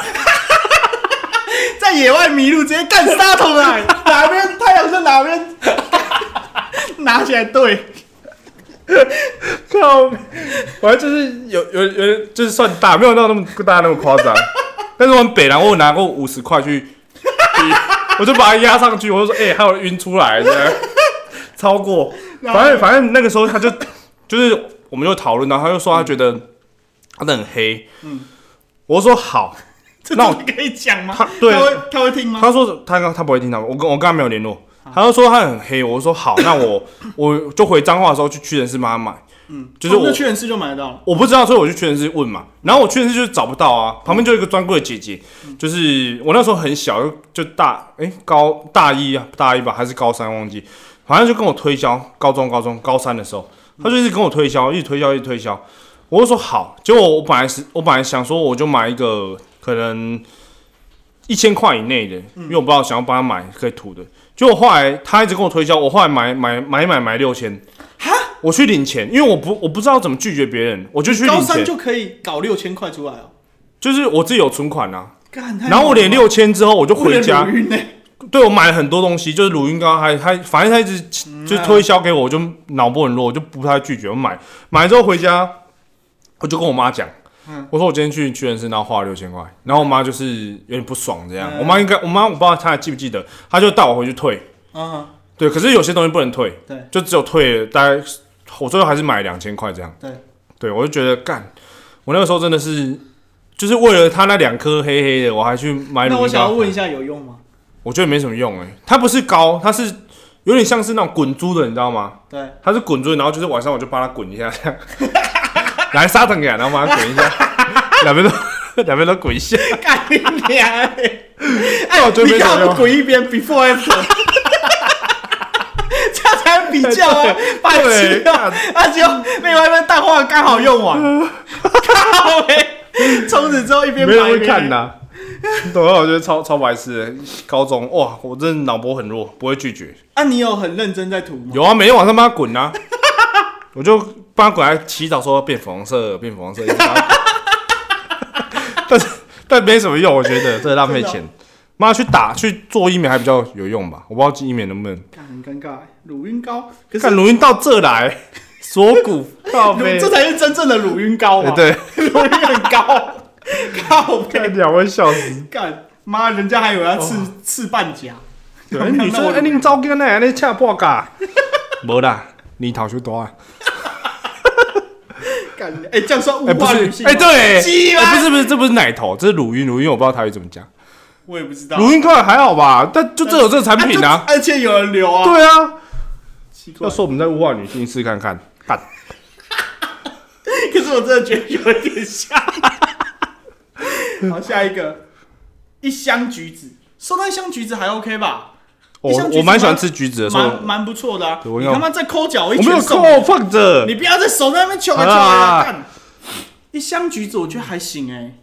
[SPEAKER 2] 在野外迷路，直接干杀头
[SPEAKER 1] <laughs>
[SPEAKER 2] 来，哪边太阳是哪边， <laughs> 拿起来对。
[SPEAKER 1] 靠！反正就是有有有，就是算大，没有到那么大那么夸张。 <laughs> 但是我们北南，我有拿过五十块去， <laughs> 我就把它压上去，我就说，哎、还有晕出来，这样超过。
[SPEAKER 2] 然后
[SPEAKER 1] 反正反正那个时候
[SPEAKER 2] <laughs>
[SPEAKER 1] 他就就是我们就讨论到，他就说他觉得他的很黑，
[SPEAKER 2] 嗯
[SPEAKER 1] 我说好，
[SPEAKER 2] 这
[SPEAKER 1] 那我
[SPEAKER 2] 真的可以讲吗？
[SPEAKER 1] 他对
[SPEAKER 2] 他会他会听吗？
[SPEAKER 1] 他说他他不会听到，我跟我跟他没有联络，他就说他很黑，我说好，那我 <laughs> 我就回彰化的时候去屈臣氏帮他买，
[SPEAKER 2] 嗯，
[SPEAKER 1] 就是我
[SPEAKER 2] 那屈臣氏就买得到了。
[SPEAKER 1] 我不知道，所以我去屈臣氏问嘛，然后我屈臣氏就是找不到啊，旁边就有一个专柜的姐姐，就是我那时候很小，就就大哎、高大一啊大一吧还是高三忘记，反正就跟我推销，高中高中高三的时候，他就一直跟我推销，一直推销一直推销，我就说好，结果我本来是我本来想说我就买一个可能一千块以内的，因为我不知道想要帮他买可以涂的，结果后来他一直跟我推销，我后来买买买买买六千。我去领钱，因为我不我不知道怎么拒绝别人，我就去
[SPEAKER 2] 高
[SPEAKER 1] 领
[SPEAKER 2] 三
[SPEAKER 1] 钱，就
[SPEAKER 2] 就可以搞六千块出来哦。
[SPEAKER 1] 是我自己有存款啊。
[SPEAKER 2] 干，太
[SPEAKER 1] 然后我领
[SPEAKER 2] 猛了
[SPEAKER 1] 六千之后，我就回
[SPEAKER 2] 不
[SPEAKER 1] 家
[SPEAKER 2] 能，乳晕呢
[SPEAKER 1] 对我买了很多东西，就是乳晕膏，还还反正他一直
[SPEAKER 2] 嗯
[SPEAKER 1] 就推销给我，我就脑波很弱，我就不太拒绝，我买买了之后回家，我就跟我妈讲。
[SPEAKER 2] 嗯
[SPEAKER 1] 我说我今天去屈臣氏，然后花了六千块，然后我妈就是有点不爽这样。
[SPEAKER 2] 嗯
[SPEAKER 1] 我妈应该，我妈我不知道她还记不记得，她就带我回去退。
[SPEAKER 2] 嗯，
[SPEAKER 1] 对，可是有些东西不能退，
[SPEAKER 2] 对，
[SPEAKER 1] 就只有退了，大概我最后还是买两千块这样。
[SPEAKER 2] 对，
[SPEAKER 1] 对我就觉得干，我那个时候真的是，就是为了他那两颗黑黑的，我还去买啊
[SPEAKER 2] 那
[SPEAKER 1] 乳
[SPEAKER 2] 我
[SPEAKER 1] 液
[SPEAKER 2] 想要
[SPEAKER 1] 膏。
[SPEAKER 2] 问一下，有用吗？
[SPEAKER 1] 我觉得没什么用哎、它不是膏，它是有点像是那种滚珠的，你知道吗？
[SPEAKER 2] 对，
[SPEAKER 1] 它是滚珠的，然后就是晚上我就帮它滚一下， <laughs> 这样来砂糖给它，然后帮它滚一下， <laughs> 两边都两边都滚一下。
[SPEAKER 2] 干你娘嘞！哎，
[SPEAKER 1] 我觉得
[SPEAKER 2] 你
[SPEAKER 1] 没什么
[SPEAKER 2] 看我
[SPEAKER 1] 用
[SPEAKER 2] 滚一边，before after，这样才能比较啊！白
[SPEAKER 1] 对
[SPEAKER 2] 痴啊！而且另外一边蛋黄刚好用完，靠呗！从此之后一边
[SPEAKER 1] 没人会
[SPEAKER 2] 白
[SPEAKER 1] 看呐、懂吗？我觉得超超白痴的。高中哇，我真的脑波很弱，不会拒绝。
[SPEAKER 2] 啊，你有很认真在涂吗？
[SPEAKER 1] 有啊，每天晚上帮他滚啊， <laughs> 我就帮他滚，还祈祷说变粉红色，变粉红色。一直帮他滚 <laughs> 但没什么用，我觉得这浪费
[SPEAKER 2] 真哦
[SPEAKER 1] 钱。妈去打去做疫苗还比较有用吧？我不知道疫苗能不能。
[SPEAKER 2] 干很尴尬欸，乳晕高，可是
[SPEAKER 1] 看卢云到这来，锁
[SPEAKER 2] <laughs>
[SPEAKER 1] 骨靠
[SPEAKER 2] 乳
[SPEAKER 1] 背
[SPEAKER 2] 这，才是真正的乳晕高
[SPEAKER 1] 哎
[SPEAKER 2] 嘛，
[SPEAKER 1] 对，
[SPEAKER 2] 乳晕很高，靠背
[SPEAKER 1] 看两位笑死。
[SPEAKER 2] 干，妈人家还以为要刺刺半甲，
[SPEAKER 1] 哦对，
[SPEAKER 2] <laughs> 没
[SPEAKER 1] 哎
[SPEAKER 2] 有
[SPEAKER 1] 女
[SPEAKER 2] 那
[SPEAKER 1] 生
[SPEAKER 2] 我
[SPEAKER 1] 哎，恁糟干呢？恁恰破
[SPEAKER 2] <laughs>
[SPEAKER 1] 嘎？无啦，你头就大啊。
[SPEAKER 2] 干，哎，这样算物
[SPEAKER 1] 哎，不
[SPEAKER 2] 化女性
[SPEAKER 1] 是，
[SPEAKER 2] 吗？
[SPEAKER 1] 哎，对，
[SPEAKER 2] 鸡巴
[SPEAKER 1] 哎不是不是，这不是奶头，这是乳晕，乳晕我不知道台语怎么讲。
[SPEAKER 2] 我也不知道，
[SPEAKER 1] 乳晕快还好吧？但就这有这个产品啊。
[SPEAKER 2] 就而且有人留啊，
[SPEAKER 1] 对啊，
[SPEAKER 2] 奇怪
[SPEAKER 1] 要，说我们在物化女性，试看看。干，
[SPEAKER 2] <laughs> 可是我真的觉得有点像。 <laughs> 好，下一个，一箱橘子，收到一箱橘子还 OK 吧？
[SPEAKER 1] 我
[SPEAKER 2] 一箱橘
[SPEAKER 1] 哦
[SPEAKER 2] 子
[SPEAKER 1] 我蛮喜欢
[SPEAKER 2] 吗
[SPEAKER 1] 吃橘子的，所以
[SPEAKER 2] 蛮蛮不错的啊！
[SPEAKER 1] 对我
[SPEAKER 2] 你
[SPEAKER 1] 应该
[SPEAKER 2] 他妈再抠脚，我一
[SPEAKER 1] 我没有
[SPEAKER 2] 拳送
[SPEAKER 1] 扣放着
[SPEAKER 2] 你，不要再手在那边敲来敲
[SPEAKER 1] 好啦
[SPEAKER 2] 来干。一箱橘子我觉得还行哎、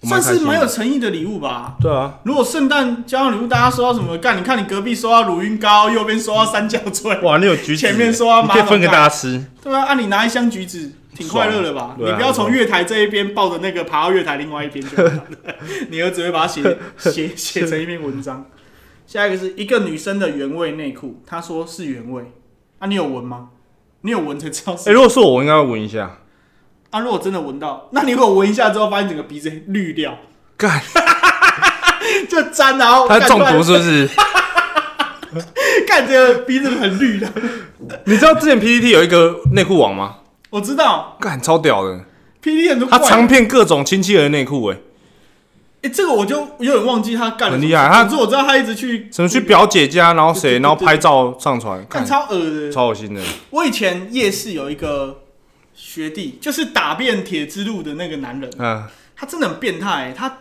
[SPEAKER 1] 我蛮
[SPEAKER 2] 算
[SPEAKER 1] 开心
[SPEAKER 2] 是
[SPEAKER 1] 的
[SPEAKER 2] 蛮有诚意的礼物吧。
[SPEAKER 1] 对啊，
[SPEAKER 2] 如果圣诞交换礼物，大家收到什么？干，你看你隔壁收到乳晕膏，右边收到三角锥，
[SPEAKER 1] 哇，你有橘子，
[SPEAKER 2] 前面说要
[SPEAKER 1] 你
[SPEAKER 2] 马
[SPEAKER 1] 可
[SPEAKER 2] 桶
[SPEAKER 1] 以分给
[SPEAKER 2] 盖
[SPEAKER 1] 大家吃，
[SPEAKER 2] 对啊，啊，你拿一箱橘子，挺快乐的吧
[SPEAKER 1] 爽？
[SPEAKER 2] 你
[SPEAKER 1] 对啊
[SPEAKER 2] 不要从月台这一边抱着那个爬到月台另外一边就好了， <laughs> 你儿子会把它写
[SPEAKER 1] <laughs>
[SPEAKER 2] 写写成一篇文章。下一个是一个女生的原味内裤，她说是原味，啊，你有闻吗？你有闻才知道是
[SPEAKER 1] 哎、如果是我，我应该会闻一下。
[SPEAKER 2] 啊，如果真的闻到，那你如果闻一下之后发现整个鼻子绿掉， <laughs>
[SPEAKER 1] 干，
[SPEAKER 2] 就粘，啊然后
[SPEAKER 1] 他中毒，是不是？ <laughs>
[SPEAKER 2] 感觉鼻子很绿的。
[SPEAKER 1] 你知道之前 PPT 有一个内裤网吗？
[SPEAKER 2] 我知道
[SPEAKER 1] 干，超屌的，
[SPEAKER 2] P D 很多怪
[SPEAKER 1] 他
[SPEAKER 2] 的，
[SPEAKER 1] 常骗各种亲戚的内裤，哎，
[SPEAKER 2] 哎、这个我就有点忘记他
[SPEAKER 1] 很
[SPEAKER 2] 干了什么，
[SPEAKER 1] 厉害他
[SPEAKER 2] 总之我知道他一直去
[SPEAKER 1] 什么去表姐家，然后
[SPEAKER 2] 对对
[SPEAKER 1] 谁，
[SPEAKER 2] 对
[SPEAKER 1] 然后拍照上传，
[SPEAKER 2] 干
[SPEAKER 1] 看
[SPEAKER 2] 超恶的。
[SPEAKER 1] 超恶心的。
[SPEAKER 2] 我以前夜市有一个学弟，就是打遍铁之路的那个男人，
[SPEAKER 1] 嗯，
[SPEAKER 2] 他真的很变态、欸他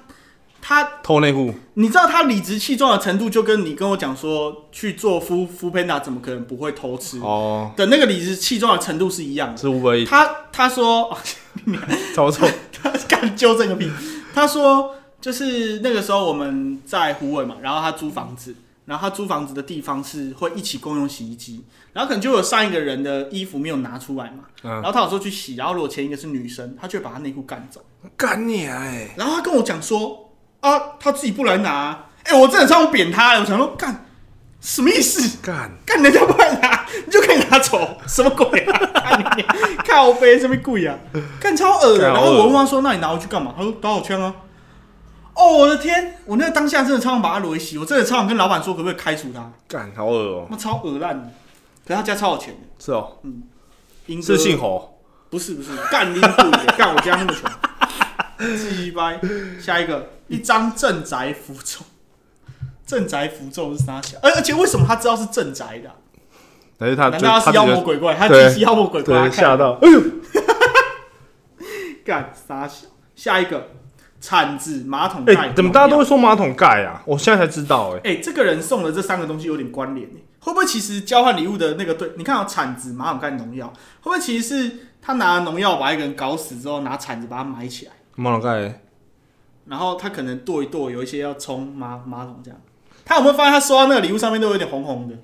[SPEAKER 2] 他，
[SPEAKER 1] 偷内裤，
[SPEAKER 2] 你知道他理直气壮的程度，就跟你跟我讲说去做夫夫 panda 怎么可能不会偷吃
[SPEAKER 1] 哦，
[SPEAKER 2] 的那个理直气壮的程度是一样的。
[SPEAKER 1] 是五百亿，
[SPEAKER 2] 他他说
[SPEAKER 1] 超臭。
[SPEAKER 2] 他敢纠正个屁，他说就是那个时候我们在湖尾嘛，然后他租房子。然后他租房子的地方是会一起共用洗衣机，然后可能就有上一个人的衣服没有拿出来嘛，然
[SPEAKER 1] 嗯，
[SPEAKER 2] 后他有时候去洗，然后如果前一个是女生，他就会把她内裤干走。
[SPEAKER 1] 干你啊！哎，
[SPEAKER 2] 然后他跟我讲说啊，他自己不来拿、哎、我真的超想扁他的，我想说干什么意思？
[SPEAKER 1] 干，
[SPEAKER 2] 干人家不来拿，你就可以拿走，什么鬼啊？干你靠背什么鬼啊？干超恶的。
[SPEAKER 1] 干
[SPEAKER 2] 然
[SPEAKER 1] 好恶
[SPEAKER 2] 后我问他说，那你拿回去干嘛？他说打火枪啊。哦，我的天！我那个当下真的超想把他裸洗，我真的超想跟老板说，可不可以开除他？
[SPEAKER 1] 干，好恶哦、
[SPEAKER 2] 他妈超恶烂的，可是他家超有钱的，
[SPEAKER 1] 是哦，
[SPEAKER 2] 英哥
[SPEAKER 1] 是姓侯，
[SPEAKER 2] 不是不是，干你不也干我家那么穷，鸡掰。下一个，一张镇宅符咒，镇宅符咒是啥小？而而且为什么他知道是镇宅的啊、
[SPEAKER 1] 还是他
[SPEAKER 2] 难
[SPEAKER 1] 就他
[SPEAKER 2] 道他
[SPEAKER 1] 自
[SPEAKER 2] 是
[SPEAKER 1] 己
[SPEAKER 2] 妖魔
[SPEAKER 1] 就
[SPEAKER 2] 鬼怪？他
[SPEAKER 1] 对
[SPEAKER 2] 其实妖魔鬼
[SPEAKER 1] 对
[SPEAKER 2] 怪，他看
[SPEAKER 1] 吓到？哎呦，
[SPEAKER 2] 干傻小。下一个，铲子、马桶盖、
[SPEAKER 1] 哎、怎么大家都
[SPEAKER 2] 农
[SPEAKER 1] 会
[SPEAKER 2] 药？
[SPEAKER 1] 说马桶盖啊？我现在才知道、哎，
[SPEAKER 2] 哎、这个人送的这三个东西有点关联、欸，会不会其实交换礼物的那个对？你看啊，铲子、马桶盖、农药，会不会其实是他拿农药把一个人搞死之后，拿铲子把他埋起来？
[SPEAKER 1] 马桶盖。
[SPEAKER 2] 然后他可能剁一剁，有一些要冲马马桶这样。他有没有发现他收到那个礼物上面都有点红红的？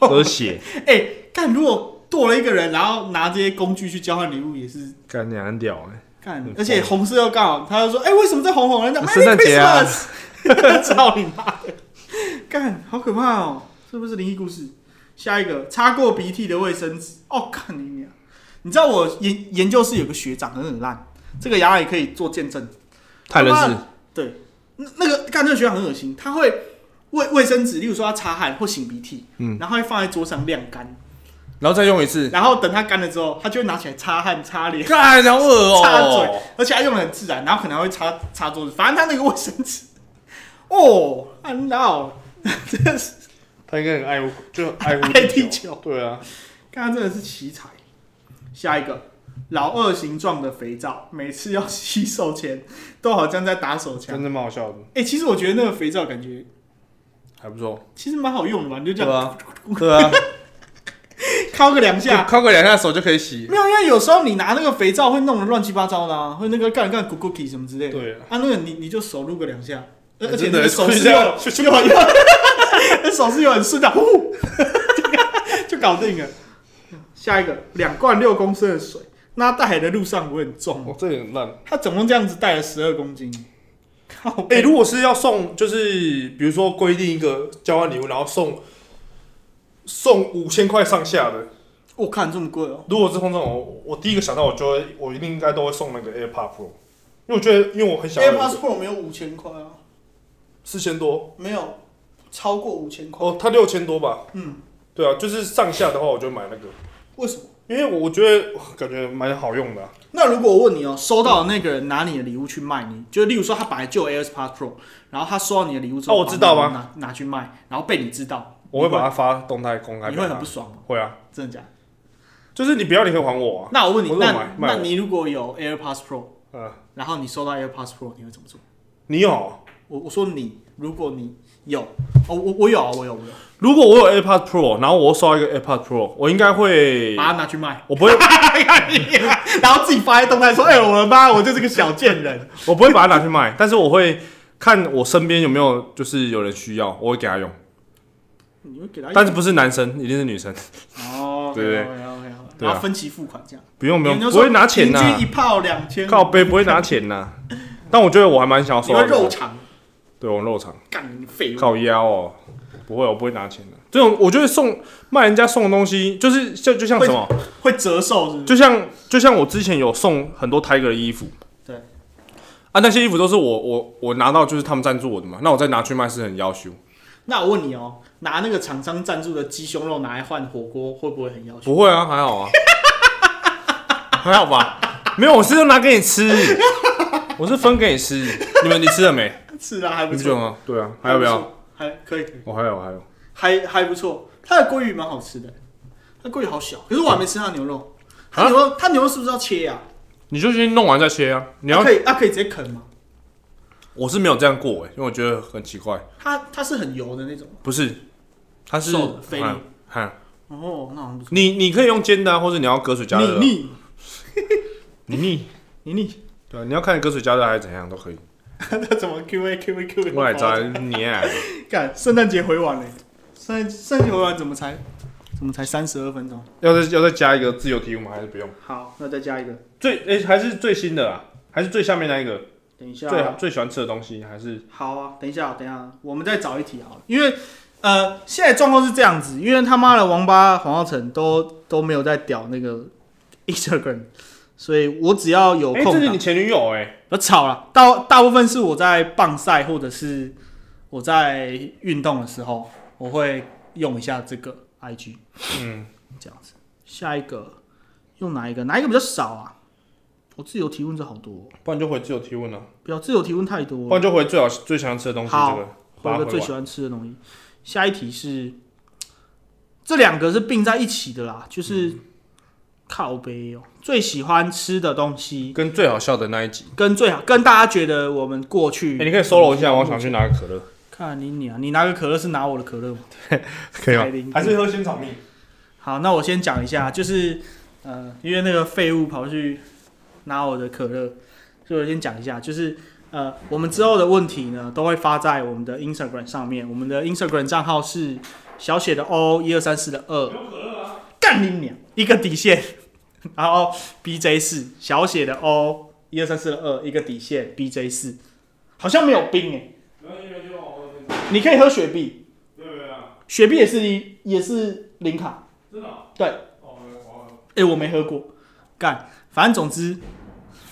[SPEAKER 1] 都是血，
[SPEAKER 2] 哎、干如果剁了一个人，然后拿这些工具去交换礼物，也是
[SPEAKER 1] <laughs> 干娘很屌哎、
[SPEAKER 2] 干
[SPEAKER 1] 很，
[SPEAKER 2] 而且红色又刚好，他就说，哎、为什么这红红的？
[SPEAKER 1] 圣诞节啊
[SPEAKER 2] Merry Christmas！操 <laughs> 你妈的！干，好可怕哦！是不是灵异故事？下一个擦过鼻涕的卫生纸，哦，看你娘！你知道我研研究室有个学长很很烂，这个雅雅也可以做见证。
[SPEAKER 1] 泰
[SPEAKER 2] 他
[SPEAKER 1] 人
[SPEAKER 2] 妈
[SPEAKER 1] 是
[SPEAKER 2] 对，那那个干这个学长很恶心，他会卫卫生纸，例如说他擦汗或擤鼻涕，嗯，然后会放在桌上晾干，
[SPEAKER 1] 然后再用一次，
[SPEAKER 2] 然后等他干了之后，他就会拿起来擦汗、擦脸、
[SPEAKER 1] 干好恶哦
[SPEAKER 2] 擦嘴，而且他用的很自然，然后可能还会擦擦桌子，反正他那个卫生纸，哦，安到，真是
[SPEAKER 1] 他应该很爱护，就爱
[SPEAKER 2] 爱地球
[SPEAKER 1] 对啊，
[SPEAKER 2] 刚刚真的是奇才。下一个老二形状的肥皂，每次要洗手前都好像在打手枪。
[SPEAKER 1] 真的蛮好笑的，
[SPEAKER 2] 哎、其实我觉得那个肥皂感觉
[SPEAKER 1] 还不错，
[SPEAKER 2] 其实蛮好用的吧，你就这
[SPEAKER 1] 对
[SPEAKER 2] 样
[SPEAKER 1] <laughs> 啊，对啊，
[SPEAKER 2] <laughs> 敲个两
[SPEAKER 1] 就
[SPEAKER 2] 下。
[SPEAKER 1] 靠个两下手就可以洗，
[SPEAKER 2] 没有，因为有时候你拿那个肥皂会弄得乱七八糟的、啊，会那个干干咕咕体什么之类的。
[SPEAKER 1] 对啊
[SPEAKER 2] 啊，那个你你就手撸个两下，而
[SPEAKER 1] 哎
[SPEAKER 2] 而且
[SPEAKER 1] 真
[SPEAKER 2] 那
[SPEAKER 1] 的
[SPEAKER 2] 个手
[SPEAKER 1] 吹
[SPEAKER 2] 势
[SPEAKER 1] 一
[SPEAKER 2] 又
[SPEAKER 1] 下
[SPEAKER 2] 又又，那 <laughs> 手势又很顺的， <laughs> 呼，就搞定了。下一个两罐六公升的水，那带海的路上我很重，
[SPEAKER 1] 哦，这有点烂。
[SPEAKER 2] 他总共这样子带了十二公斤，靠
[SPEAKER 1] 哎、
[SPEAKER 2] 背
[SPEAKER 1] 如果是要送，就是比如说规定一个交换礼物，然后送送五千块上下的，
[SPEAKER 2] 我看这么贵哦、
[SPEAKER 1] 如果是送这种，我我第一个想到，我就会，我一定应该都会送那个 AirPod Pro，因为我觉得，因为我很想要
[SPEAKER 3] AirPods Pro 没有五千块啊，
[SPEAKER 1] 四千多，
[SPEAKER 3] 没有超过五千块，
[SPEAKER 1] 哦，它六千多吧，
[SPEAKER 3] 嗯，
[SPEAKER 1] 对啊，就是上下的话，我就买那个，
[SPEAKER 3] 为什么？
[SPEAKER 1] 因为我觉得哇感觉蛮好用的啊、
[SPEAKER 2] 那如果我问你哦、收到的那个人拿你的礼物去卖你，就例如说他本来就有 AirPods Pro，然后他收到你的礼物之后，
[SPEAKER 1] 哦我知道啊
[SPEAKER 2] 吗？拿拿去卖，然后被你知道，
[SPEAKER 1] 我会把它发动态公开
[SPEAKER 2] 你
[SPEAKER 1] 给
[SPEAKER 2] 会
[SPEAKER 1] 他，
[SPEAKER 2] 很不爽吗？
[SPEAKER 1] 会啊，
[SPEAKER 2] 真的假的？
[SPEAKER 1] 就是你不要，你可以还我啊，
[SPEAKER 2] 那我问你，
[SPEAKER 1] 我都
[SPEAKER 2] 那
[SPEAKER 1] 买卖
[SPEAKER 2] 那
[SPEAKER 1] 我
[SPEAKER 2] 你如果有 AirPods Pro，
[SPEAKER 1] 嗯，
[SPEAKER 2] 然后你收到 AirPods Pro，你会怎么做？
[SPEAKER 1] 你哦有，
[SPEAKER 2] 我我说你，如果你有，哦，我我有啊，我有，我有，
[SPEAKER 1] 如果我有 AirPod Pro，然后我又收到一个 AirPod Pro，我应该会，
[SPEAKER 2] 把它拿去卖，
[SPEAKER 1] 我不会，
[SPEAKER 2] 然后自己发在动态说，哎、我的妈，我就是个小贱人。
[SPEAKER 1] 我不会把它拿去卖，但是我会看我身边有没有就是有人需要，我会给他用，
[SPEAKER 2] 你会给他一个，
[SPEAKER 1] 但是不是男生，一定是女生。 <laughs>
[SPEAKER 2] 哦，
[SPEAKER 1] 对对
[SPEAKER 2] OK，OK，OK，好
[SPEAKER 1] 对啊
[SPEAKER 2] 然后分期付款这样，
[SPEAKER 1] 不用不用，
[SPEAKER 2] 你就
[SPEAKER 1] 不
[SPEAKER 2] 说
[SPEAKER 1] 会拿钱呐、
[SPEAKER 2] 平均一炮两千，
[SPEAKER 1] 靠背不会拿钱呐、但我觉得我还蛮想要收
[SPEAKER 2] 你
[SPEAKER 1] 到
[SPEAKER 2] 会
[SPEAKER 1] 这个
[SPEAKER 2] 肉肠
[SPEAKER 1] 对我肉肠
[SPEAKER 2] 干你废物，
[SPEAKER 1] 靠腰哦，不会，我不会拿钱的。这种我觉得送卖人家送的东西，就是像就像什么，
[SPEAKER 2] 会折寿是不是？
[SPEAKER 1] 就像就像我之前有送很多 Tiger 的衣服，
[SPEAKER 2] 对，
[SPEAKER 1] 啊那些衣服都是我我我拿到就是他们赞助我的嘛，那我再拿去卖是很要求，
[SPEAKER 2] 那我问你哦，拿那个厂商赞助的鸡胸肉拿来换火锅，会不会很要求？
[SPEAKER 1] 不会啊，还
[SPEAKER 2] <laughs>
[SPEAKER 1] 好啊，还好吧，没有，我是拿给你吃，我是分给你吃，你们你吃了没？
[SPEAKER 2] 是啊，还
[SPEAKER 1] 你
[SPEAKER 2] 不
[SPEAKER 1] 不觉得
[SPEAKER 2] 错，
[SPEAKER 1] 吗？对啊，还要不要？
[SPEAKER 2] 错？还可以，可以
[SPEAKER 1] 我还有，我还有，
[SPEAKER 2] 还还不错。它的鲑鱼蛮好吃的，它鲑鱼好小，可是我还没吃它的牛肉。它
[SPEAKER 1] 啊
[SPEAKER 2] 牛肉，它牛肉是不是要切呀、
[SPEAKER 1] 你就先弄完再切啊。你
[SPEAKER 2] 它
[SPEAKER 1] 要，
[SPEAKER 2] 可以，它可以直接啃吗？
[SPEAKER 1] 我是没有这样过哎、因为我觉得很奇怪。
[SPEAKER 2] 它它是很油的那种吗。
[SPEAKER 1] 不是，它是
[SPEAKER 2] 瘦的肥的
[SPEAKER 1] 嗯嗯
[SPEAKER 2] 哦，那好像不错。
[SPEAKER 1] 你你可以用煎的、啊，或者你要隔水加热啊、
[SPEAKER 2] 你腻
[SPEAKER 1] 你腻，
[SPEAKER 2] 你 <laughs> 腻，
[SPEAKER 1] 对啊，你要看隔水加热还是怎样都可以。
[SPEAKER 2] 它怎么 Q A Q A Q A？
[SPEAKER 1] 我来摘你啊，
[SPEAKER 2] 干，圣诞节回晚嘞，圣诞圣诞节回晚怎么才怎么才三十二分钟？
[SPEAKER 1] 要再要再加一个自由题目吗？还是不用？
[SPEAKER 2] 好，那再加一个，
[SPEAKER 1] 最哎、还是最新的啊，还是最下面那一个
[SPEAKER 2] 等一下
[SPEAKER 1] 最最喜欢吃的东西还是
[SPEAKER 2] 好啊，等一下，等一下，我们再找一题好了，因为呃，现在状况是这样子，因为他妈的王八黄浩成都都没有在屌那个 Instagram，所以我只要有
[SPEAKER 1] 哎、
[SPEAKER 2] 空
[SPEAKER 1] 这是
[SPEAKER 2] 档
[SPEAKER 1] 你，前女友哎、
[SPEAKER 2] 我吵了，大大部分是我在棒赛或者是我在运动的时候，我会用一下这个 IG
[SPEAKER 1] 嗯，
[SPEAKER 2] 这样子。下一个用哪一个？哪一个比较少啊？我自由提问这好多、哦，
[SPEAKER 1] 不然就回自由提问了、
[SPEAKER 2] 不要自由提问太多了
[SPEAKER 1] 不。然就回最好最喜欢吃的东西
[SPEAKER 2] 好
[SPEAKER 1] 这个。
[SPEAKER 2] 或
[SPEAKER 1] 把它
[SPEAKER 2] 者
[SPEAKER 1] 回
[SPEAKER 2] 最
[SPEAKER 1] 完
[SPEAKER 2] 喜欢吃的东西。下一题是，这两个是并在一起的啦，
[SPEAKER 1] 嗯
[SPEAKER 2] 就是靠背哦、最喜欢吃的东西
[SPEAKER 1] 跟最好笑的那一集。
[SPEAKER 2] 跟最好跟大家觉得我们过去
[SPEAKER 1] 哎、，你可以 solo 一下，我想去拿个可乐，
[SPEAKER 2] 看你你啊，你拿个可乐是拿我的可乐吗？
[SPEAKER 1] <laughs> 可以吗啊
[SPEAKER 2] 太灵？
[SPEAKER 1] 还是喝仙草蜜？
[SPEAKER 2] 好，那我先讲一下，就是呃，因为那个废物跑去拿我的可乐，所以我先讲一下，就是呃，我们之后的问题呢，都会发在我们的 Instagram 上面，我们的 Instagram 账号是小写的 O 一二三四的二，干你娘，一个底线， <laughs> 然后 BJ 四小写的 O 一二三四的二，一个底线 BJ 四，好像没有冰诶、你可以喝雪碧，雪碧也是一也是零卡。对，哎、我没喝过，干，反正总之， <laughs>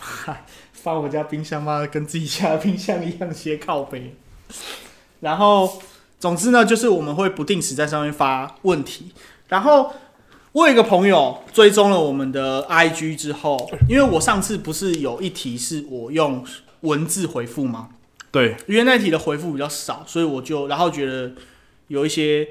[SPEAKER 2] 翻我家冰箱妈的跟自己家的冰箱一样斜靠背。然后，总之呢，就是我们会不定时在上面发问题。然后，我有一个朋友追踪了我们的 IG 之后，因为我上次不是有一题是我用文字回复吗？
[SPEAKER 1] 对，
[SPEAKER 2] 因为那题的回复比较少，所以我就然后觉得有一些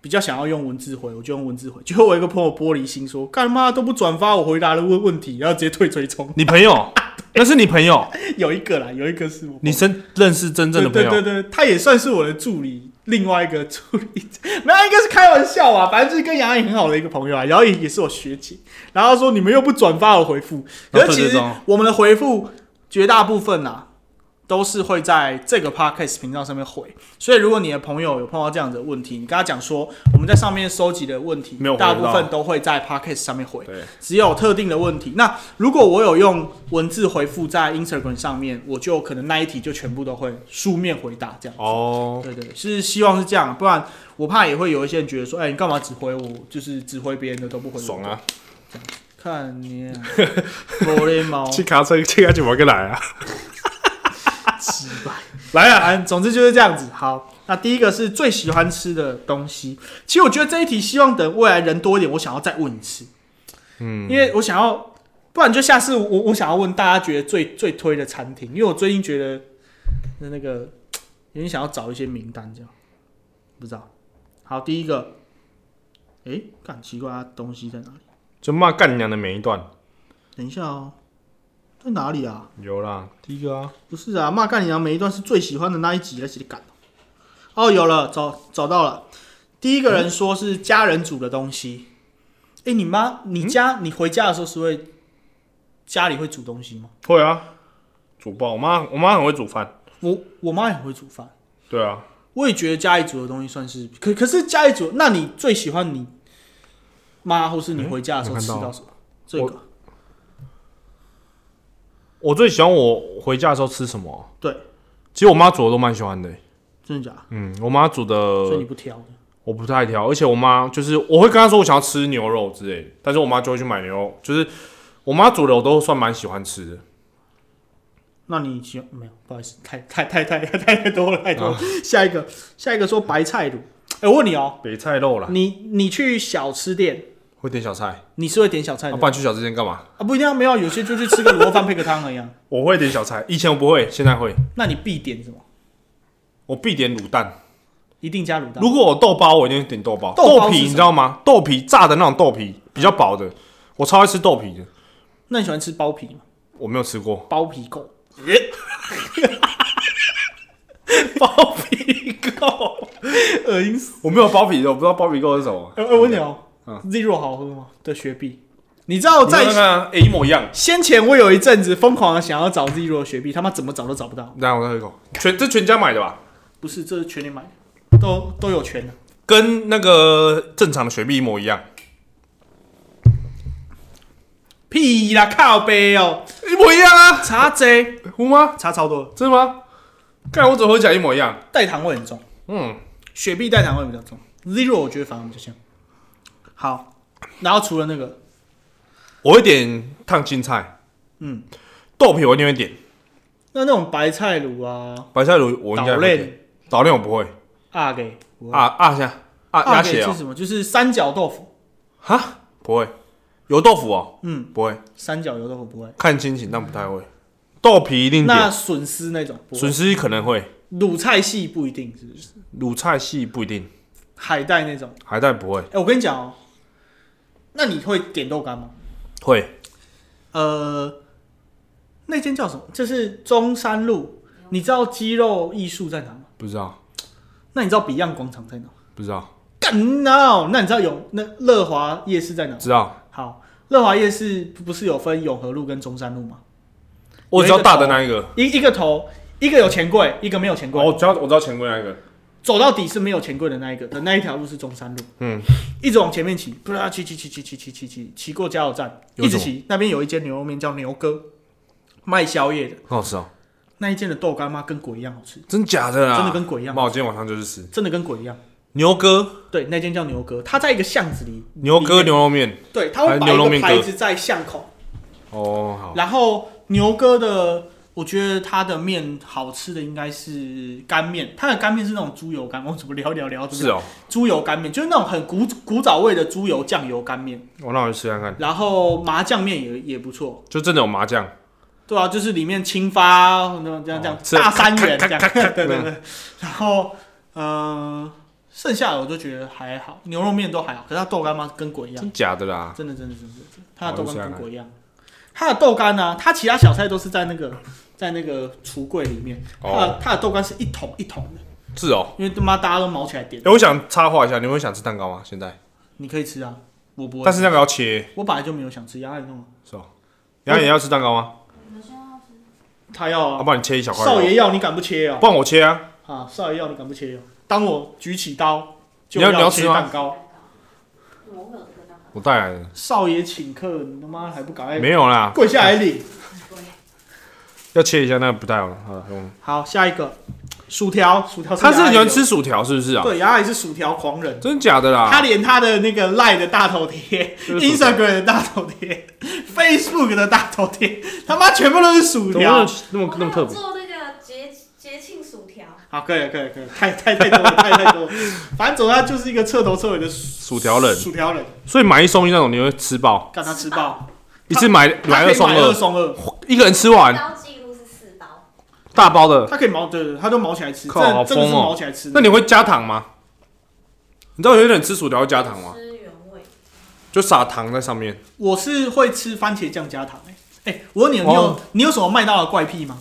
[SPEAKER 2] 比较想要用文字回，我就用文字回。结果我有一个朋友玻璃心说，干嘛都不转发我回答的问问题，然后直接退追踪。
[SPEAKER 1] 你朋友，那是你朋友，
[SPEAKER 2] <laughs> 有一个啦，有一个是我
[SPEAKER 1] 你真认识真正的朋
[SPEAKER 2] 对
[SPEAKER 1] 友，
[SPEAKER 2] 对对对，他也算是我的助理，另外一个助理，没有，应该是开玩笑啊，反正就是跟杨颖很好的一个朋友啊，杨颖也是我学姐，然后说你们又不转发我回复，
[SPEAKER 1] 然
[SPEAKER 2] 可
[SPEAKER 1] 后退
[SPEAKER 2] 是其
[SPEAKER 1] 追
[SPEAKER 2] 实
[SPEAKER 1] 踪
[SPEAKER 2] 我们的回复绝大部分啊，都是会在这个 podcast 频道上面回，所以如果你的朋友有碰到这样的问题，你跟他讲说我们在上面收集的问题
[SPEAKER 1] 没有，回
[SPEAKER 2] 大
[SPEAKER 1] 到
[SPEAKER 2] 部分都会在 podcast 上面回，
[SPEAKER 1] 对，
[SPEAKER 2] 只有特定的问题。那如果我有用文字回复在 Instagram 上面，我就可能那一题就全部都会书面回答这样。
[SPEAKER 1] 哦，
[SPEAKER 2] 对对，是希望是这样，不然我怕也会有一些人觉得说，哎、你干嘛只回我，就是只回别人的都不回我。
[SPEAKER 1] 爽！啊！
[SPEAKER 2] 看你、啊，我的
[SPEAKER 1] <laughs>
[SPEAKER 2] 猫，
[SPEAKER 1] 骑卡车，骑卡车我个来啊！
[SPEAKER 2] 鸡巴
[SPEAKER 1] 来啊！
[SPEAKER 2] 反正总之就是这样子。好，那第一个是最喜欢吃的东西。其实我觉得这一题，希望等未来人多一点，我想要再问一次。嗯，因为我想要，不然就下次我我想要问大家觉得最最推的餐厅，因为我最近觉得那那个有点想要找一些名单这样，不知道。好，第一个，诶，干奇怪，它东西在哪里？
[SPEAKER 1] 就骂干娘的每一段
[SPEAKER 2] 等一下哦，在哪里啊？
[SPEAKER 1] 有啦，第一个啊，
[SPEAKER 2] 不是啊，骂干你娘每一段是最喜欢的那一集，那集的感哦，有了，找找到了。第一个人说是家人煮的东西。哎、你妈，
[SPEAKER 1] 嗯
[SPEAKER 2] 你家、你回家的时候是会家里会煮东西吗？
[SPEAKER 1] 会啊，煮爆。我妈，我妈很会煮饭。
[SPEAKER 2] 我我妈也很会煮饭，
[SPEAKER 1] 对啊，
[SPEAKER 2] 我也觉得家里煮的东西算是可可是家里煮，那你最喜欢你妈或是你回家的时候
[SPEAKER 1] 嗯诶我
[SPEAKER 2] 吃
[SPEAKER 1] 看到
[SPEAKER 2] 到什么？这个
[SPEAKER 1] 我最喜欢我回家的时候吃什么？
[SPEAKER 2] 对，
[SPEAKER 1] 其实我妈煮的都蛮喜欢的欸、
[SPEAKER 2] 真的假的？
[SPEAKER 1] 嗯，我妈煮的
[SPEAKER 2] 所以你不挑的，
[SPEAKER 1] 我不太挑，而且我妈就是我会跟她说我想要吃牛肉之类的，但是我妈就会去买牛肉，就是我妈煮的我都算蛮喜欢吃的。
[SPEAKER 2] 那你喜欢没有？不好意思，太太太太太太多了，太多了。下一个，下一个说白菜卤。哎、我问你哦，
[SPEAKER 1] 北菜肉啦，
[SPEAKER 2] 你你去小吃店，
[SPEAKER 1] 会点小菜，
[SPEAKER 2] 你是会点小菜
[SPEAKER 1] 那、
[SPEAKER 2] 的
[SPEAKER 1] 不
[SPEAKER 2] 吗
[SPEAKER 1] 然去小吃店干嘛？
[SPEAKER 2] 啊？不一定要没有，有些就去吃个卤肉饭配个汤而已、啊。
[SPEAKER 1] 我会点小菜，以前我不会，现在会，
[SPEAKER 2] 那你必点什么？
[SPEAKER 1] 我必点卤蛋。
[SPEAKER 2] 一定加卤蛋。
[SPEAKER 1] 嗯如果有豆包，我一定点豆包。
[SPEAKER 2] 豆包是
[SPEAKER 1] 皮
[SPEAKER 2] 什么
[SPEAKER 1] 你知道吗？豆皮炸的那种豆皮比较薄的，我超爱吃豆皮的，
[SPEAKER 2] 那你喜欢吃包皮吗？
[SPEAKER 1] 我没有吃过。
[SPEAKER 2] 包皮 <laughs> 狗，
[SPEAKER 1] 包皮垢，
[SPEAKER 2] 恶心死！
[SPEAKER 1] 我没有包皮的，我不知道包皮垢是什么。
[SPEAKER 2] 哎、我问你哦、
[SPEAKER 1] 嗯
[SPEAKER 2] z e r o 好喝吗？的雪碧，你知道
[SPEAKER 1] 我再看
[SPEAKER 2] 在
[SPEAKER 1] 看啊，哎一模一样。
[SPEAKER 2] 先前我有一阵子疯狂的想要找 Zero 的雪碧，他妈怎么找都找不到。
[SPEAKER 1] 来，我再喝一口，全这全家买的吧？
[SPEAKER 2] 不是，这是全年买的，都都有全的。
[SPEAKER 1] 跟那个正常的雪碧一模一样，
[SPEAKER 2] 屁啦，靠背哦、
[SPEAKER 1] 一模一样啊！
[SPEAKER 2] 差这
[SPEAKER 1] 糊吗？
[SPEAKER 2] 差超多了，
[SPEAKER 1] 真的吗？看我怎么会讲一模一样？
[SPEAKER 2] 代糖味很重。
[SPEAKER 1] 嗯，
[SPEAKER 2] 雪碧代糖味比较重，Zero 我觉得反而比较像。好，然后除了那个，
[SPEAKER 1] 我会点烫青菜，
[SPEAKER 2] 嗯，
[SPEAKER 1] 豆皮我一定会点，
[SPEAKER 2] 那那种白菜卤啊、
[SPEAKER 1] 白菜卤我应该
[SPEAKER 2] 岛
[SPEAKER 1] 会点，
[SPEAKER 2] 链、
[SPEAKER 1] 导链我不会，
[SPEAKER 2] 阿给、
[SPEAKER 1] 啊啊下啊
[SPEAKER 2] 阿
[SPEAKER 1] 鸭
[SPEAKER 2] 嗯给
[SPEAKER 1] 血
[SPEAKER 2] 是
[SPEAKER 1] 哦，
[SPEAKER 2] 什么？就是三角豆腐，
[SPEAKER 1] 哈不会，油豆腐哦
[SPEAKER 2] 嗯，
[SPEAKER 1] 不会，
[SPEAKER 2] 三角油豆腐不会。
[SPEAKER 1] 看心情但不太会，豆皮一定
[SPEAKER 2] 那
[SPEAKER 1] 点，
[SPEAKER 2] 笋丝那种不
[SPEAKER 1] 笋
[SPEAKER 2] 会，
[SPEAKER 1] 丝可能会，
[SPEAKER 2] 卤菜系不一定是不是？
[SPEAKER 1] 卤菜系不一定，
[SPEAKER 2] 海带那种，
[SPEAKER 1] 海带不会，
[SPEAKER 2] 哎、我跟你讲哦、那你会点豆干吗？
[SPEAKER 1] 会
[SPEAKER 2] 呃，那间叫什么？就是中山路，你知道肌肉艺术在哪吗？
[SPEAKER 1] 不知道
[SPEAKER 2] 那你知道 Beyond 广场在哪？
[SPEAKER 1] 不知道
[SPEAKER 2] 干 no！那你知道永那乐华夜市在哪？
[SPEAKER 1] 知道，
[SPEAKER 2] 好，乐华夜市不是有分永和路跟中山路吗？
[SPEAKER 1] 我只知道大的那一个，哦
[SPEAKER 2] 一一个头，一个有钱柜，一个没有钱柜。
[SPEAKER 1] 我知道我知道钱柜那一个，
[SPEAKER 2] 走到底是没有钱柜的那一个的那一条路是中山路，
[SPEAKER 1] 嗯，
[SPEAKER 2] 一直往前面骑，不知道骑骑骑骑骑骑骑骑骑过加油站，
[SPEAKER 1] 有
[SPEAKER 2] 一直
[SPEAKER 1] 什
[SPEAKER 2] 骑，那边有一间牛肉面叫牛哥，卖宵夜的，
[SPEAKER 1] 很好吃哦，
[SPEAKER 2] 那一间的豆干妈跟鬼一样好吃，
[SPEAKER 1] 真假的啦，
[SPEAKER 2] 真的跟鬼一样
[SPEAKER 1] 那我今天晚上就去吃
[SPEAKER 2] 真的跟鬼一样。
[SPEAKER 1] 牛哥。
[SPEAKER 2] 对，那间叫牛哥，它在一个巷子里，
[SPEAKER 1] 牛哥牛肉面。
[SPEAKER 2] 对，它会
[SPEAKER 1] 还
[SPEAKER 2] 摆
[SPEAKER 1] 有牛肉
[SPEAKER 2] 一
[SPEAKER 1] 面
[SPEAKER 2] 个
[SPEAKER 1] 哥
[SPEAKER 2] 牌子在巷口，
[SPEAKER 1] 哦，好，
[SPEAKER 2] 然后牛哥的，我觉得它的面好吃的应该是干面，它的干面是那种猪油干，我怎么聊聊聊？
[SPEAKER 1] 是，哦，
[SPEAKER 2] 猪油干面就是那种很古古早味的猪油酱油干面，
[SPEAKER 1] 我哦那我去吃看看，
[SPEAKER 2] 然后麻酱面也也不错，
[SPEAKER 1] 就真的有麻酱，
[SPEAKER 2] 对啊，就是里面青发那种这样这样
[SPEAKER 1] 哦吃
[SPEAKER 2] 大三元
[SPEAKER 1] 咔
[SPEAKER 2] 这样，
[SPEAKER 1] 咔咔嗯咔咔
[SPEAKER 2] <laughs> 对对对，然后嗯、呃剩下的我就觉得还好，牛肉面都还好，可是它豆干嘛跟鬼一样。
[SPEAKER 1] 真假的啦？
[SPEAKER 2] 真的真的真的，真的它的豆干
[SPEAKER 1] 好
[SPEAKER 2] 跟我一样。
[SPEAKER 1] 啊
[SPEAKER 2] 它的豆干呢、啊它其他小菜都是在那个在那个橱柜里面，它的、
[SPEAKER 1] 哦，
[SPEAKER 2] 它的豆干是一桶一桶的，
[SPEAKER 1] 是哦。
[SPEAKER 2] 因为他妈大家都毛起来点
[SPEAKER 1] 哎，。我想插话一下，你们会想吃蛋糕吗？现在，
[SPEAKER 2] 你可以吃啊，我不会。
[SPEAKER 1] 但是那个要切，
[SPEAKER 2] 我本来就没有想吃鸭，你弄啊。
[SPEAKER 1] 是哦。杨也要吃蛋糕吗？
[SPEAKER 2] 他要
[SPEAKER 1] 要
[SPEAKER 2] 啊，
[SPEAKER 1] 不然你切一小哦块
[SPEAKER 2] 少
[SPEAKER 1] 肉，
[SPEAKER 2] 爷要你敢不切啊？
[SPEAKER 1] 不然我切啊。
[SPEAKER 2] 啊，少爷要你敢不切哦？当我举起刀就
[SPEAKER 1] 你要你要
[SPEAKER 2] 切
[SPEAKER 1] 吃吗
[SPEAKER 2] 蛋糕，
[SPEAKER 4] 我可能跟他好
[SPEAKER 1] 我带来的
[SPEAKER 2] 少爷请客，你他妈还不赶快
[SPEAKER 1] 没有啦，
[SPEAKER 2] 跪下来领？
[SPEAKER 1] 要切一下那个不太好了。好了，用
[SPEAKER 2] 好，下一个薯条，薯条
[SPEAKER 1] 他是很喜欢
[SPEAKER 2] 牙医
[SPEAKER 1] 吃薯条，是不是
[SPEAKER 2] 的，
[SPEAKER 1] 啊？
[SPEAKER 2] 对，牙也是薯条狂人。
[SPEAKER 1] 真假的啦？
[SPEAKER 2] 他连他的那个 Line 的大头贴
[SPEAKER 1] 就是薯条
[SPEAKER 2] ，Instagram 的大头贴，Facebook 的大头贴，他妈全部都是薯
[SPEAKER 1] 怎么
[SPEAKER 2] 条。
[SPEAKER 1] 那么那么特别？
[SPEAKER 4] 做那个节节庆薯
[SPEAKER 1] <laughs>
[SPEAKER 4] 条，
[SPEAKER 2] 好，可以了，可以了，可以了，太太太多了，太太多了。反正总之他就是一个彻头彻尾的薯
[SPEAKER 1] 薯条人
[SPEAKER 2] 薯条人，
[SPEAKER 1] 所以买一送一那种，你会吃爆，
[SPEAKER 2] 干他吃爆，
[SPEAKER 1] 一次买
[SPEAKER 2] 他
[SPEAKER 1] 买
[SPEAKER 2] 可
[SPEAKER 1] 二
[SPEAKER 2] 以
[SPEAKER 1] 送
[SPEAKER 2] 买二
[SPEAKER 1] 二，
[SPEAKER 2] 送二，
[SPEAKER 1] 一个人吃完
[SPEAKER 4] 刀记录是四刀，
[SPEAKER 1] 大包的，
[SPEAKER 2] 他可以毛，对对，对他就毛起来吃，
[SPEAKER 1] 靠
[SPEAKER 2] 真的
[SPEAKER 1] 好
[SPEAKER 2] 真的是
[SPEAKER 1] 疯哦
[SPEAKER 2] 毛起来吃。
[SPEAKER 1] 那你会加糖吗？你知道有些人吃薯条会加糖吗？
[SPEAKER 4] 吃原味，
[SPEAKER 1] 就撒糖在上面。
[SPEAKER 2] 我是会吃番茄酱加糖、欸。哎、我问你，你有、
[SPEAKER 1] 哦
[SPEAKER 2] 你有什么麦当劳怪癖吗？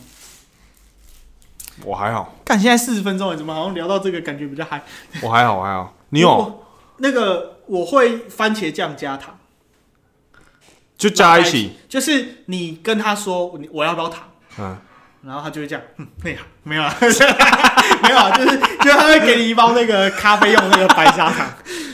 [SPEAKER 1] 我还好，
[SPEAKER 2] 看现在四十分钟了，怎么好像聊到这个感觉比较嗨？
[SPEAKER 1] 我还好，我还好。你有
[SPEAKER 2] 我那个我会番茄酱加糖，
[SPEAKER 1] 就加一起，
[SPEAKER 2] 就是你跟他说你我要不要糖，
[SPEAKER 1] 嗯，
[SPEAKER 2] 然后他就会这样，嗯，那个没有啊， <laughs> 没有啊，就是就是他会给你一包那个咖啡用那个白砂糖，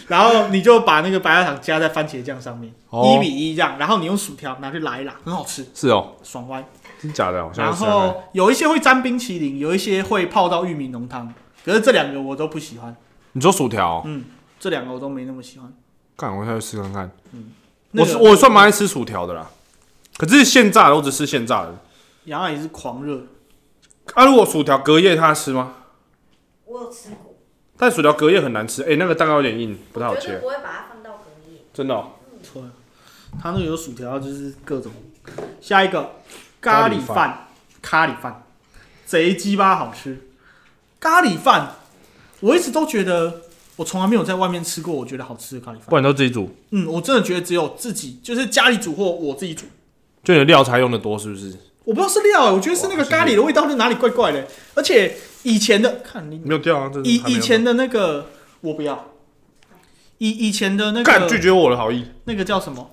[SPEAKER 2] 然后你就把那个白砂糖加在番茄酱上面，一
[SPEAKER 1] 哦
[SPEAKER 2] 比一这样，然后你用薯条拿去拉一拉，很好吃，
[SPEAKER 1] 是哦，
[SPEAKER 2] 爽歪。
[SPEAKER 1] 真假的，我现在
[SPEAKER 2] 然
[SPEAKER 1] 吃看看
[SPEAKER 2] 后有一些会沾冰淇淋，有一些会泡到玉米浓汤。可是这两个我都不喜欢，
[SPEAKER 1] 你说薯条哦，
[SPEAKER 2] 这两个我都没那么喜欢。
[SPEAKER 1] 干，我下去试看看。
[SPEAKER 2] 那
[SPEAKER 1] 我
[SPEAKER 2] 个
[SPEAKER 1] 是我算蛮爱吃薯条的啦，可是现炸的我只吃现炸的。
[SPEAKER 2] 杨阿姨是狂热，
[SPEAKER 1] 啊，如果薯条隔夜他吃吗？
[SPEAKER 4] 我有吃过，
[SPEAKER 1] 但薯条隔夜很难吃，哎、那个蛋糕有点硬，不太好
[SPEAKER 4] 绝对
[SPEAKER 1] 切，
[SPEAKER 4] 不会把它放到隔 <laughs> 夜。
[SPEAKER 1] 真的、哦。
[SPEAKER 2] 错了，他那个有薯条，就是各种。下一个咖喱饭，咖喱饭贼鸡巴好吃。咖喱饭，我一直都觉得，我从来没有在外面吃过我觉得好吃的咖喱饭。
[SPEAKER 1] 然都自己煮，
[SPEAKER 2] 嗯，我真的觉得只有自己，就是家里煮或我自己煮。
[SPEAKER 1] 就你的料材用的多是不是？
[SPEAKER 2] 我不知道是料、欸我觉得是那个
[SPEAKER 1] 哇是
[SPEAKER 2] 咖喱的味道，就哪里怪怪的。而且以前的，看你
[SPEAKER 1] 没有掉啊，这是
[SPEAKER 2] 以
[SPEAKER 1] 还没有
[SPEAKER 2] 以前的那个我不要，以以前的那
[SPEAKER 1] 干拒
[SPEAKER 2] 个
[SPEAKER 1] 绝我的好意，
[SPEAKER 2] 那个叫什么？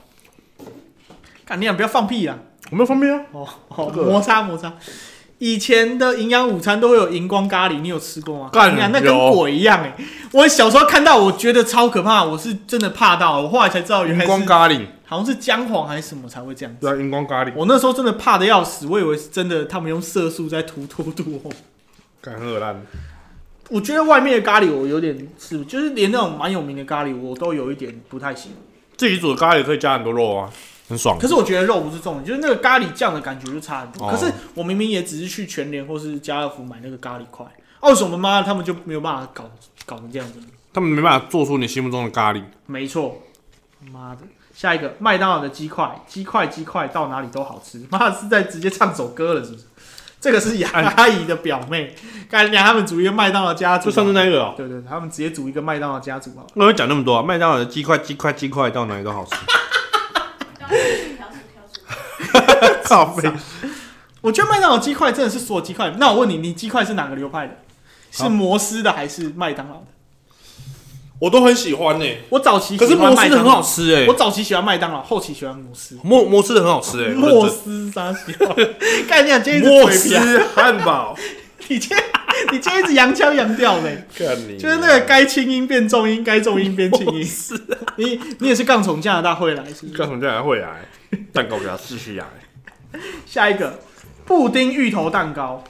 [SPEAKER 2] 干你俩不要放屁啊！
[SPEAKER 1] 我没有方便啊，
[SPEAKER 2] 哦哦，
[SPEAKER 1] 这个
[SPEAKER 2] 摩擦摩擦。以前的营养午餐都会有荧光咖喱，你有吃过吗？
[SPEAKER 1] 干
[SPEAKER 2] 你俩那跟
[SPEAKER 1] 有
[SPEAKER 2] 鬼一样哎、我小时候看到，我觉得超可怕，我是真的怕到，我后来才知道原来
[SPEAKER 1] 荧光
[SPEAKER 2] 是
[SPEAKER 1] 咖喱，
[SPEAKER 2] 好像是姜黄还是什么才会这样子。
[SPEAKER 1] 对啊，荧光咖喱，
[SPEAKER 2] 我那时候真的怕的要死，我以为是真的，他们用色素在涂涂涂我。
[SPEAKER 1] 干很恶烂，
[SPEAKER 2] 我觉得外面的咖喱我有点吃不，就是连那种蛮有名的咖喱我都有一点不太行。
[SPEAKER 1] 自己煮的咖喱可以加很多肉啊，很爽
[SPEAKER 2] 可。是我觉得肉不是重点，就是那个咖喱酱的感觉就差很多。
[SPEAKER 1] 哦
[SPEAKER 2] 可是我明明也只是去全联或是家乐福买那个咖喱块，啊为什么妈他们就没有办法搞搞成这样子？
[SPEAKER 1] 他们没办法做出你心目中的咖喱，
[SPEAKER 2] 没错，妈的，下一个麦当劳的鸡块，鸡块鸡块到哪里都好吃， <laughs> 妈的是在直接唱首歌了是不是？这个是杨
[SPEAKER 1] 哎
[SPEAKER 2] 阿姨的表妹，干娘他们组一个麦当劳家族
[SPEAKER 1] 就上次
[SPEAKER 2] 啊，
[SPEAKER 1] 那个哦。
[SPEAKER 2] 对对，他们直接组一个麦当劳家族好了。
[SPEAKER 1] 我会讲那么多啊，麦当劳的鸡块、鸡块、鸡块到哪里都好吃，
[SPEAKER 4] 然后薯条薯条薯条，
[SPEAKER 1] <laughs> 靠背。
[SPEAKER 2] 我觉得麦当劳鸡块真的是所有鸡块。那我问你，你鸡块是哪个流派的？是
[SPEAKER 1] 好
[SPEAKER 2] 摩斯的还是麦当劳的？
[SPEAKER 1] 我都很喜欢呢、
[SPEAKER 2] 我早期
[SPEAKER 1] 可是
[SPEAKER 2] 喜欢
[SPEAKER 1] 摩斯
[SPEAKER 2] 麦
[SPEAKER 1] 的
[SPEAKER 2] 当
[SPEAKER 1] 很
[SPEAKER 2] 劳
[SPEAKER 1] 好吃哎、
[SPEAKER 2] 我早期喜欢麦当劳，后期喜欢摩斯。
[SPEAKER 1] 摩摩斯的很好吃哎、我
[SPEAKER 2] 摩
[SPEAKER 1] 认
[SPEAKER 2] 斯
[SPEAKER 1] <laughs>
[SPEAKER 2] 啥小？干你俩今
[SPEAKER 1] 真
[SPEAKER 2] 天一直
[SPEAKER 1] 摩
[SPEAKER 2] 嘴皮啊！
[SPEAKER 1] 斯汉堡，
[SPEAKER 2] 你今天你今天一直洋腔洋调的、
[SPEAKER 1] 看你
[SPEAKER 2] 就是那个该轻音变重音，该重音变轻音。你你也是杠从加拿大回来是不是？
[SPEAKER 1] 干什么还会啊来，蛋糕给他继续来。
[SPEAKER 2] 下一个布丁芋头蛋糕，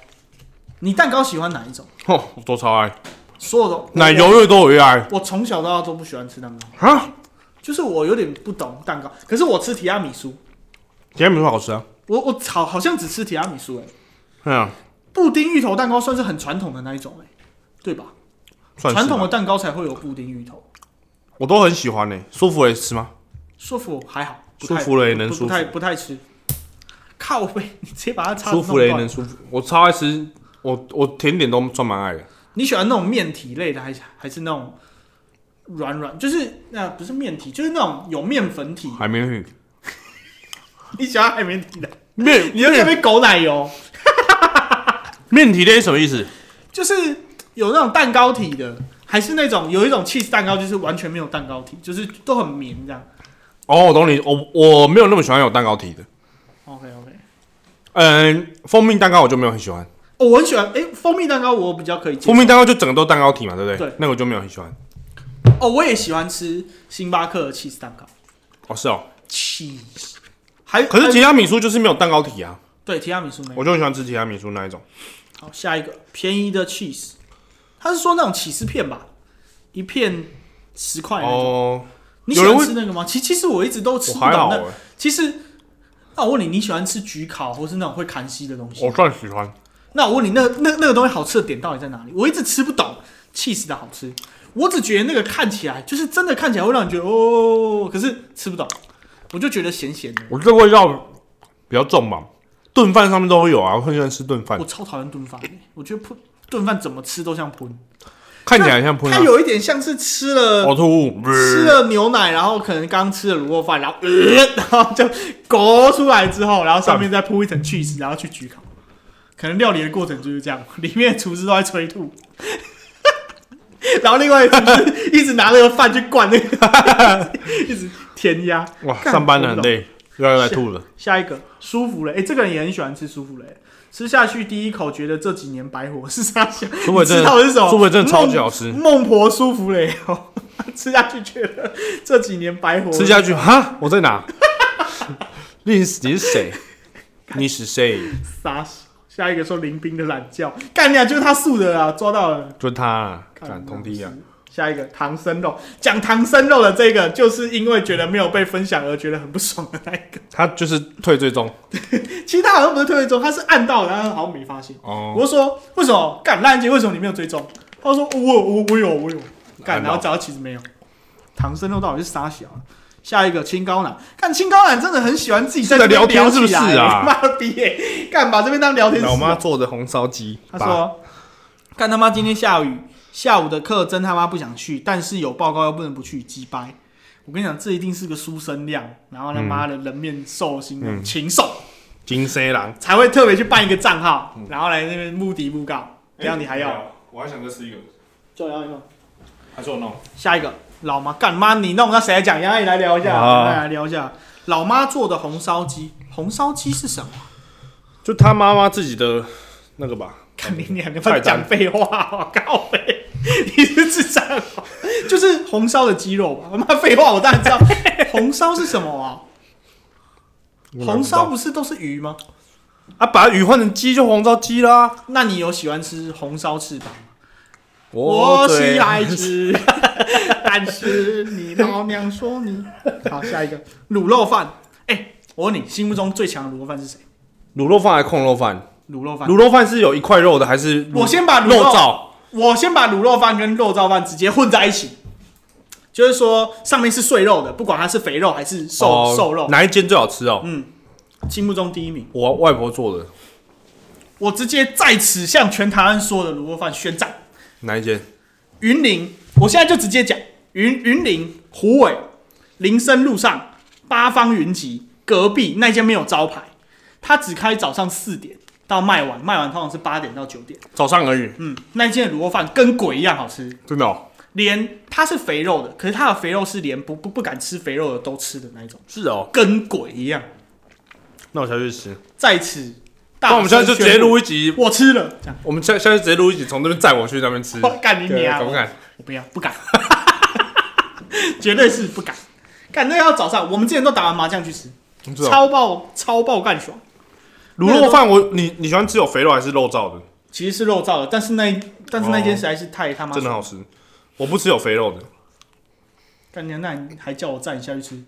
[SPEAKER 2] 你蛋糕喜欢哪一种？
[SPEAKER 1] 哦，我都超爱，
[SPEAKER 2] 所有的
[SPEAKER 1] 奶油越多我越爱
[SPEAKER 2] 我，我从小到大都不喜欢吃蛋糕，
[SPEAKER 1] 啊。
[SPEAKER 2] 就是我有点不懂蛋糕。可是我吃提拉米苏，
[SPEAKER 1] 甜甜米说好吃啊，
[SPEAKER 2] 我我好好像只吃提拉米苏哎、
[SPEAKER 1] 对啊，
[SPEAKER 2] 布丁芋头蛋糕算是很传统的那一种哎、对吧？
[SPEAKER 1] 算是吧
[SPEAKER 2] 传统的蛋糕才会有布丁芋头。
[SPEAKER 1] 我都很喜欢呢、舒芙蕾吃吗？
[SPEAKER 2] 舒服还好，不太
[SPEAKER 1] 舒芙蕾能
[SPEAKER 2] 不
[SPEAKER 1] 舒服
[SPEAKER 2] 不太不太吃。靠背，你直接把它插
[SPEAKER 1] 舒芙蕾能舒服，我超爱吃，我我甜点都算蛮爱的。
[SPEAKER 2] 你喜欢那种面体类的，还是还是那种软软？就是那、不是面体，就是那种有面粉体。
[SPEAKER 1] 海绵体
[SPEAKER 2] 你喜欢海绵体的？
[SPEAKER 1] 面
[SPEAKER 2] 你又在那边狗奶油，
[SPEAKER 1] 面体类是什么意思？
[SPEAKER 2] 就是有那种蛋糕体的，还是那种有一种 cheese 蛋糕，就是完全没有蛋糕体，就是都很绵这样。
[SPEAKER 1] 哦，我懂你，我我没有那么喜欢有蛋糕体的。
[SPEAKER 2] OK OK，
[SPEAKER 1] 嗯，蜂蜜蛋糕我就没有很喜欢，
[SPEAKER 2] 哦，我很喜欢，哎、蜂蜜蛋糕我比较可以接
[SPEAKER 1] 蜂
[SPEAKER 2] 受。
[SPEAKER 1] 蜜蛋糕就整个都蛋糕体嘛，对不对？
[SPEAKER 2] 对
[SPEAKER 1] 那个我就没有很喜欢。
[SPEAKER 2] 哦，我也喜欢吃星巴克的 cheese 蛋糕
[SPEAKER 1] 哦，是哦。
[SPEAKER 2] ，cheese。还
[SPEAKER 1] 可是
[SPEAKER 2] 还
[SPEAKER 1] 提拉米苏就是没有蛋糕体啊，
[SPEAKER 2] 对提拉米苏没有。
[SPEAKER 1] 我就很喜欢吃提拉米苏那一种。
[SPEAKER 2] 好，下一个便宜的 cheese，他是说那种起司片吧，一片十块那种。
[SPEAKER 1] 哦，
[SPEAKER 2] 你
[SPEAKER 1] 有
[SPEAKER 2] 喜
[SPEAKER 1] 人
[SPEAKER 2] 欢吃那个吗？其其实我一直都吃
[SPEAKER 1] 我
[SPEAKER 2] 不
[SPEAKER 1] 还
[SPEAKER 2] 到
[SPEAKER 1] 好
[SPEAKER 2] 那
[SPEAKER 1] 欸，
[SPEAKER 2] 其实，那我问你，你喜欢吃焗烤或是那种会砍西的东西
[SPEAKER 1] 我
[SPEAKER 2] 吗？
[SPEAKER 1] 算喜欢。
[SPEAKER 2] 那我问你，那那那个东西好吃的点到底在哪里？我一直吃不懂 cheese 的好吃，我只觉得那个看起来就是真的看起来会让你觉得哦，可是吃不懂，我就觉得咸咸的。
[SPEAKER 1] 我这味道比较重吧，炖饭上面都会有啊，我很喜欢吃炖饭
[SPEAKER 2] 我，超讨厌炖饭的，我觉得喷炖饭怎么吃都像喷，
[SPEAKER 1] 啊看起来像喷
[SPEAKER 2] 它
[SPEAKER 1] 啊，
[SPEAKER 2] 有一点像是吃了。
[SPEAKER 1] 呕吐物，
[SPEAKER 2] 吃了牛奶，然后可能刚吃了卤肉饭，然后、呃、然后就勾出来之后，然后上面再铺一层 cheese，然后去焗烤。可能料理的过程就是这样，里面的厨师都在催吐，然后另外一个厨师一直拿那个饭去灌那个，一直填鸭。
[SPEAKER 1] 哇，
[SPEAKER 2] 干
[SPEAKER 1] 上班很累，又要来吐了。
[SPEAKER 2] 下一个舒芙蕾，哎，这个人也很喜欢吃舒芙蕾，吃下去第一口觉得这几年白活是啥想？
[SPEAKER 1] 苏伟真
[SPEAKER 2] 你知道
[SPEAKER 1] 的，
[SPEAKER 2] 是什么？
[SPEAKER 1] 苏伟真的超级好吃，
[SPEAKER 2] 孟婆舒芙蕾哦， <laughs> 吃下去觉得这几年白活。
[SPEAKER 1] 吃下去哈，我在
[SPEAKER 2] <laughs>
[SPEAKER 1] 哪？你是你是谁？你是谁？
[SPEAKER 2] 杀死。下一个说林斌的懒觉，干你啊，就是他素的啊，抓到了。
[SPEAKER 1] 就他啊，
[SPEAKER 2] 看
[SPEAKER 1] 干同梯啊，！
[SPEAKER 2] 下一个唐僧肉，讲唐僧肉的这个，就是因为觉得没有被分享而觉得很不爽的那一个。 <laughs>
[SPEAKER 1] 他就是退最终
[SPEAKER 2] 其实他好像不是退追踪，他是按到的，然后好像没发现。
[SPEAKER 1] 哦，
[SPEAKER 2] 我就说为什么？干烂姐，为什么你没有追踪？他说我有我我有我有，
[SPEAKER 1] 按
[SPEAKER 2] 干，然
[SPEAKER 1] 到
[SPEAKER 2] 后找到其实没有。唐僧肉到底是啥小啊？下一个清高男，看清高男真的很喜欢自己在
[SPEAKER 1] 是在
[SPEAKER 2] 这边
[SPEAKER 1] 聊天
[SPEAKER 2] 聊
[SPEAKER 1] 是不
[SPEAKER 2] 起
[SPEAKER 1] 是
[SPEAKER 2] 来
[SPEAKER 1] 啊
[SPEAKER 2] <laughs> 妈逼耶！干把这边当
[SPEAKER 1] <laughs>
[SPEAKER 2] 聊天室。 <laughs>
[SPEAKER 1] 老妈做的红烧鸡，
[SPEAKER 2] 他
[SPEAKER 1] 爸
[SPEAKER 2] 说：“看他妈今天下雨，下午的课真他妈不想去，但是有报告又不能不去，鸡掰！我跟你讲，这一定是个书生量，然后他妈的人面兽心的
[SPEAKER 1] 嗯
[SPEAKER 2] 禽兽，
[SPEAKER 1] 金色狼，
[SPEAKER 2] 才会特别去办一个账号，
[SPEAKER 1] 嗯
[SPEAKER 2] 然后来那边目的布告。
[SPEAKER 1] 哎
[SPEAKER 2] 这样你还要？
[SPEAKER 1] 我还想再吃一个，
[SPEAKER 2] 就
[SPEAKER 1] 啊
[SPEAKER 2] 要一个
[SPEAKER 1] 还是我弄？
[SPEAKER 2] 下一个老妈干妈你弄，那谁来讲？杨阿姨来聊一下，
[SPEAKER 1] 好
[SPEAKER 2] 杨阿姨来聊一下老妈做的红烧鸡。红烧鸡是什么？
[SPEAKER 1] 就他妈妈自己的那个吧，
[SPEAKER 2] 看你娘的，
[SPEAKER 1] 菜
[SPEAKER 2] 在
[SPEAKER 1] 单
[SPEAKER 2] 讲废话、 <laughs> 哦，靠背，你是智障、哦，就是红烧的鸡肉吧？他妈废话，我当然知 <laughs> 道，红烧是什么啊？红烧不是都是鱼吗？
[SPEAKER 1] 啊，把鱼换成鸡就红烧鸡啦。
[SPEAKER 2] 那你有喜欢吃红烧翅膀吗？
[SPEAKER 1] 我
[SPEAKER 2] 喜
[SPEAKER 1] 最
[SPEAKER 2] 爱吃，
[SPEAKER 1] <laughs>
[SPEAKER 2] 但是你老娘说你好。下一个卤肉饭，哎、我问你，心目中最强的卤肉饭是谁？
[SPEAKER 1] 卤肉饭还是控肉饭？
[SPEAKER 2] 卤肉饭，
[SPEAKER 1] 卤肉饭是有一块肉的还是卤
[SPEAKER 2] 我先把卤
[SPEAKER 1] 肉
[SPEAKER 2] 肉
[SPEAKER 1] 燥？
[SPEAKER 2] 我先把卤肉饭跟肉燥饭直接混在一起，就是说上面是碎肉的，不管它是肥肉还是瘦、
[SPEAKER 1] 哦
[SPEAKER 2] 瘦肉，
[SPEAKER 1] 哪一间最好吃哦？
[SPEAKER 2] 心目中第一名。
[SPEAKER 1] 我外婆做的
[SPEAKER 2] 我直接在此向全台湾所有的卤肉饭宣战。
[SPEAKER 1] 哪一间？
[SPEAKER 2] 云林，我现在就直接讲，云云林、虎尾、林森路上、八方云集隔壁那间没有招牌，它只开早上四点到卖完，卖完通常是八点到九点。
[SPEAKER 1] 早上而已，
[SPEAKER 2] 嗯，那间的卤肉饭跟鬼一样好吃。
[SPEAKER 1] 真的哦。
[SPEAKER 2] 连它是肥肉的，可是它的肥肉是连不不不敢吃肥肉的都吃的那一种，
[SPEAKER 1] 是哦，
[SPEAKER 2] 跟鬼一样。
[SPEAKER 1] 那我下去吃。
[SPEAKER 2] 在此大，
[SPEAKER 1] 那我们现在就直接录，一集，
[SPEAKER 2] 我吃了，这样，
[SPEAKER 1] 我们下下次直接录一集，从这边载我去那边
[SPEAKER 2] <laughs>
[SPEAKER 1] 吃。
[SPEAKER 2] 我干你
[SPEAKER 1] 对，
[SPEAKER 2] 娘！
[SPEAKER 1] 敢不敢？
[SPEAKER 2] 我不要，不敢， <laughs> 绝对是不敢。干那要早上，我们之前都打完麻将去吃，
[SPEAKER 1] 是哦
[SPEAKER 2] 超爆超爆干爽。
[SPEAKER 1] 卤肉饭，我你你喜欢吃有肥肉还是肉燥的？
[SPEAKER 2] 其实是肉燥的，但是那一但是那间实在是太他妈
[SPEAKER 1] 哦真的
[SPEAKER 2] 爽
[SPEAKER 1] 好吃。我不吃有肥肉的。
[SPEAKER 2] 干娘，那你还叫我站一下去吃，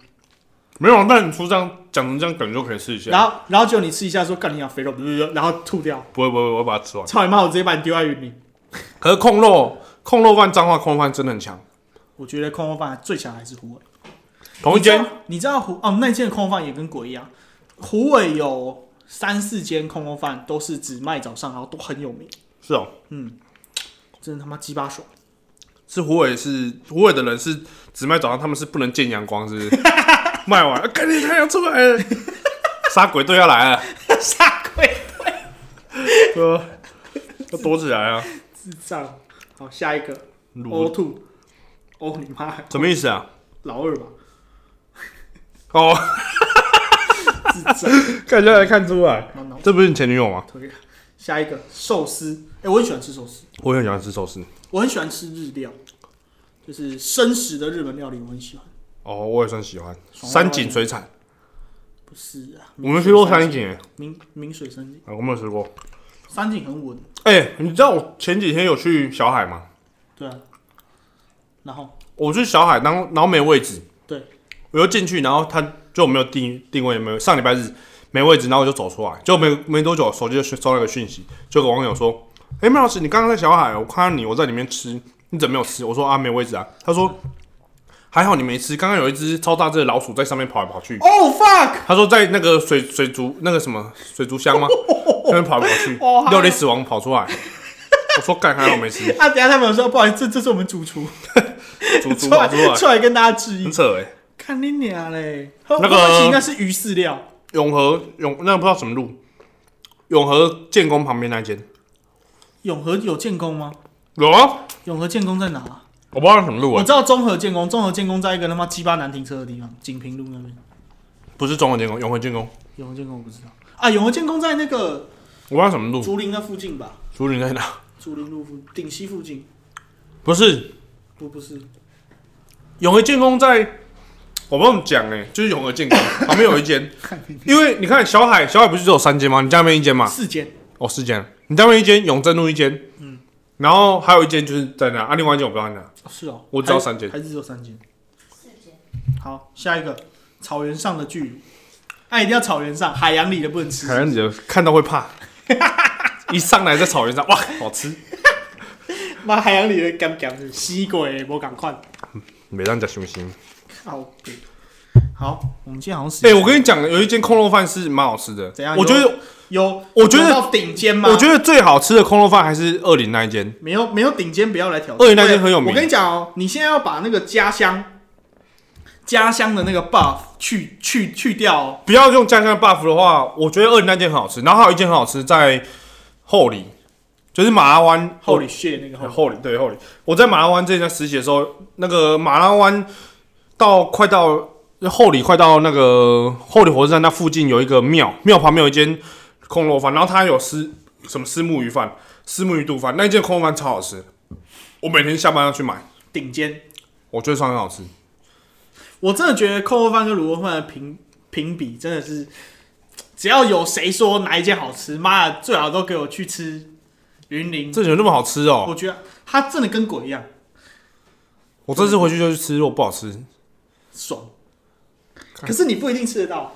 [SPEAKER 1] 没有，那你出这样讲成这样，梗就可以试一下。
[SPEAKER 2] 然后然后就你吃一下说干你娘肥肉，呃然后吐掉，
[SPEAKER 1] 不会不会，我会把它吃完。
[SPEAKER 2] 操你妈！我直接把你丢在云里。
[SPEAKER 1] 可是控肉控肉饭，彰化控肉饭真的很强。
[SPEAKER 2] 我觉得空肉饭最强还是虎尾。
[SPEAKER 1] 同一
[SPEAKER 2] 你
[SPEAKER 1] 间
[SPEAKER 2] 知道，你知道虎哦，那间的空肉饭也跟鬼一样。虎尾有三四间空肉饭，都是只卖早上，然后都很有名，
[SPEAKER 1] 是哦，
[SPEAKER 2] 真的他妈鸡
[SPEAKER 1] <laughs>
[SPEAKER 2] 巴爽。
[SPEAKER 1] 是虎尾是虎尾的人是只卖早上，他们是不能见阳光，是不是？ <laughs> 卖完，啊赶紧太阳出来了，杀鬼队要来了，
[SPEAKER 2] 傻鬼
[SPEAKER 1] 呃，要躲起来啊！
[SPEAKER 2] 智障。好，下一个呕
[SPEAKER 1] 卤
[SPEAKER 2] 吐，哦你妈，
[SPEAKER 1] <laughs> 什么意思啊？
[SPEAKER 2] 老二吧，
[SPEAKER 1] 哦，
[SPEAKER 2] 智障。
[SPEAKER 1] 看就来看出来，
[SPEAKER 2] 满脑
[SPEAKER 1] 这不是你前女友吗？
[SPEAKER 2] 推。下一个寿司，哎、我很喜欢吃寿司，
[SPEAKER 1] 我也很喜欢吃寿司。
[SPEAKER 2] 我很喜欢吃日料，就是生食的日本料理，我很喜欢。
[SPEAKER 1] 哦，我也算喜欢
[SPEAKER 2] 爽
[SPEAKER 1] 山井水产，
[SPEAKER 2] 不是啊，
[SPEAKER 1] 我没吃过山
[SPEAKER 2] 山
[SPEAKER 1] 井，
[SPEAKER 2] 明明水山井，
[SPEAKER 1] 啊我没有吃过。
[SPEAKER 2] 山井很稳，
[SPEAKER 1] 哎，你知道我前几天有去小海吗？
[SPEAKER 2] 对啊。然后
[SPEAKER 1] 我去小海，然后然后没位置，
[SPEAKER 2] 对，
[SPEAKER 1] 我就进去，然后他就没有定定位，没有上礼拜日没位置，然后我就走出来，就没没多久，手机就收到一个讯息，就有个网友说：“哎、麦老师，你刚刚在小海，我看到你，我在里面吃，你怎么没有吃？”我说：“啊，没位置啊。”他说：“还好你没吃，刚刚有一只超大只的老鼠在上面跑来跑去。
[SPEAKER 2] ，Oh fuck！
[SPEAKER 1] 他说在那个水水族那个什么水族箱吗？那边跑来跑去
[SPEAKER 2] 哦，
[SPEAKER 1] 料理死亡跑出来。我说干，还好没
[SPEAKER 2] <laughs>
[SPEAKER 1] 吃，
[SPEAKER 2] 啊，等一下他们有说不好意思，这这是我们主厨
[SPEAKER 1] 猪猪
[SPEAKER 2] 出
[SPEAKER 1] 跑出来
[SPEAKER 2] 来，出来跟大家致意
[SPEAKER 1] 很。扯哎、
[SPEAKER 2] 看你俩嘞，那
[SPEAKER 1] 那个
[SPEAKER 2] 应该是鱼饲料，
[SPEAKER 1] 永和永那不知道什么路，永和建工旁边那间
[SPEAKER 2] 永和有建工吗？
[SPEAKER 1] 有啊，
[SPEAKER 2] 永和建工在哪啊、
[SPEAKER 1] 我不知道什么路
[SPEAKER 2] 我
[SPEAKER 1] 啊，
[SPEAKER 2] 知道综合建工，综合建工在一个他妈鸡巴难停车的地方，锦屏路那边。
[SPEAKER 1] 不是中和建工，永和建工，
[SPEAKER 2] 永和建工我不知道啊，永和建工在那个
[SPEAKER 1] 我不知道什么路，
[SPEAKER 2] 竹林那附近吧，
[SPEAKER 1] 竹林在哪？
[SPEAKER 2] 竹林路附顶溪附近，
[SPEAKER 1] 不是
[SPEAKER 2] 不不
[SPEAKER 1] <laughs>
[SPEAKER 2] 是
[SPEAKER 1] 永和建工在，我不知道怎么讲哎、就是永和 <laughs> 建工旁边有一间，因为你看小海小海不是只有三间吗？你家那边一间嘛，
[SPEAKER 2] 四间，
[SPEAKER 1] 哦四间，你家那边一间，永正路一间，然后还有一间就是在那，啊另外一间我不知道在哪，
[SPEAKER 2] 哦是哦，
[SPEAKER 1] 我知道
[SPEAKER 2] 还
[SPEAKER 1] 三间
[SPEAKER 2] 还是只有三间。
[SPEAKER 4] 四间，
[SPEAKER 2] 好，下一个草原上的巨乳，哎、一定要草原上，海洋里的不能吃。
[SPEAKER 1] 可能你就看到会怕， <laughs> 一上来在草原上哇好吃，
[SPEAKER 2] 妈，海洋里的干干的，吸鬼，我赶快，
[SPEAKER 1] 没让人家雄心。
[SPEAKER 2] 靠北。好，我们今天好像是
[SPEAKER 1] 哎、我跟你讲，有一间空肉饭是蛮好吃的。
[SPEAKER 2] 怎样
[SPEAKER 1] 我觉
[SPEAKER 2] 有
[SPEAKER 1] 得，
[SPEAKER 2] 有，
[SPEAKER 1] 我觉得
[SPEAKER 2] 有到顶尖吗？
[SPEAKER 1] 我觉得最好吃的空肉饭还是二林那一间。
[SPEAKER 2] 没有没有顶尖，不要来挑战。
[SPEAKER 1] 鳄鱼那间很有名
[SPEAKER 2] 我跟你讲哦，你现在要把那个家乡家乡的那个 buff 去去去掉哦。
[SPEAKER 1] 不要用家乡 buff 的话，我觉得二林那间很好吃。然后还有一间很好吃，在后里，就是马拉湾
[SPEAKER 2] 后里蟹那个后
[SPEAKER 1] 我后
[SPEAKER 2] 里，
[SPEAKER 1] 里对后里。我在马拉湾这家实习的时候，那个马拉湾到快到后里，快到那个后里火车站那附近有一个庙，庙旁边有一间空肉饭，然后它有丝什么丝木鱼饭、丝木鱼肚饭，那一间空肉饭超好吃，我每天下班要去买。
[SPEAKER 2] 顶尖。
[SPEAKER 1] 我觉得算很好吃。
[SPEAKER 2] 我真的觉得扣肉饭跟卤肉饭的评评比真的是，只要有谁说哪一间好吃，妈的，最好都给我去吃云林。
[SPEAKER 1] 这有那么好吃哦、
[SPEAKER 2] 我觉得它真的跟鬼一样
[SPEAKER 1] 我这次回去就去吃，如果不好吃，
[SPEAKER 2] 爽，可是你不一定吃得到。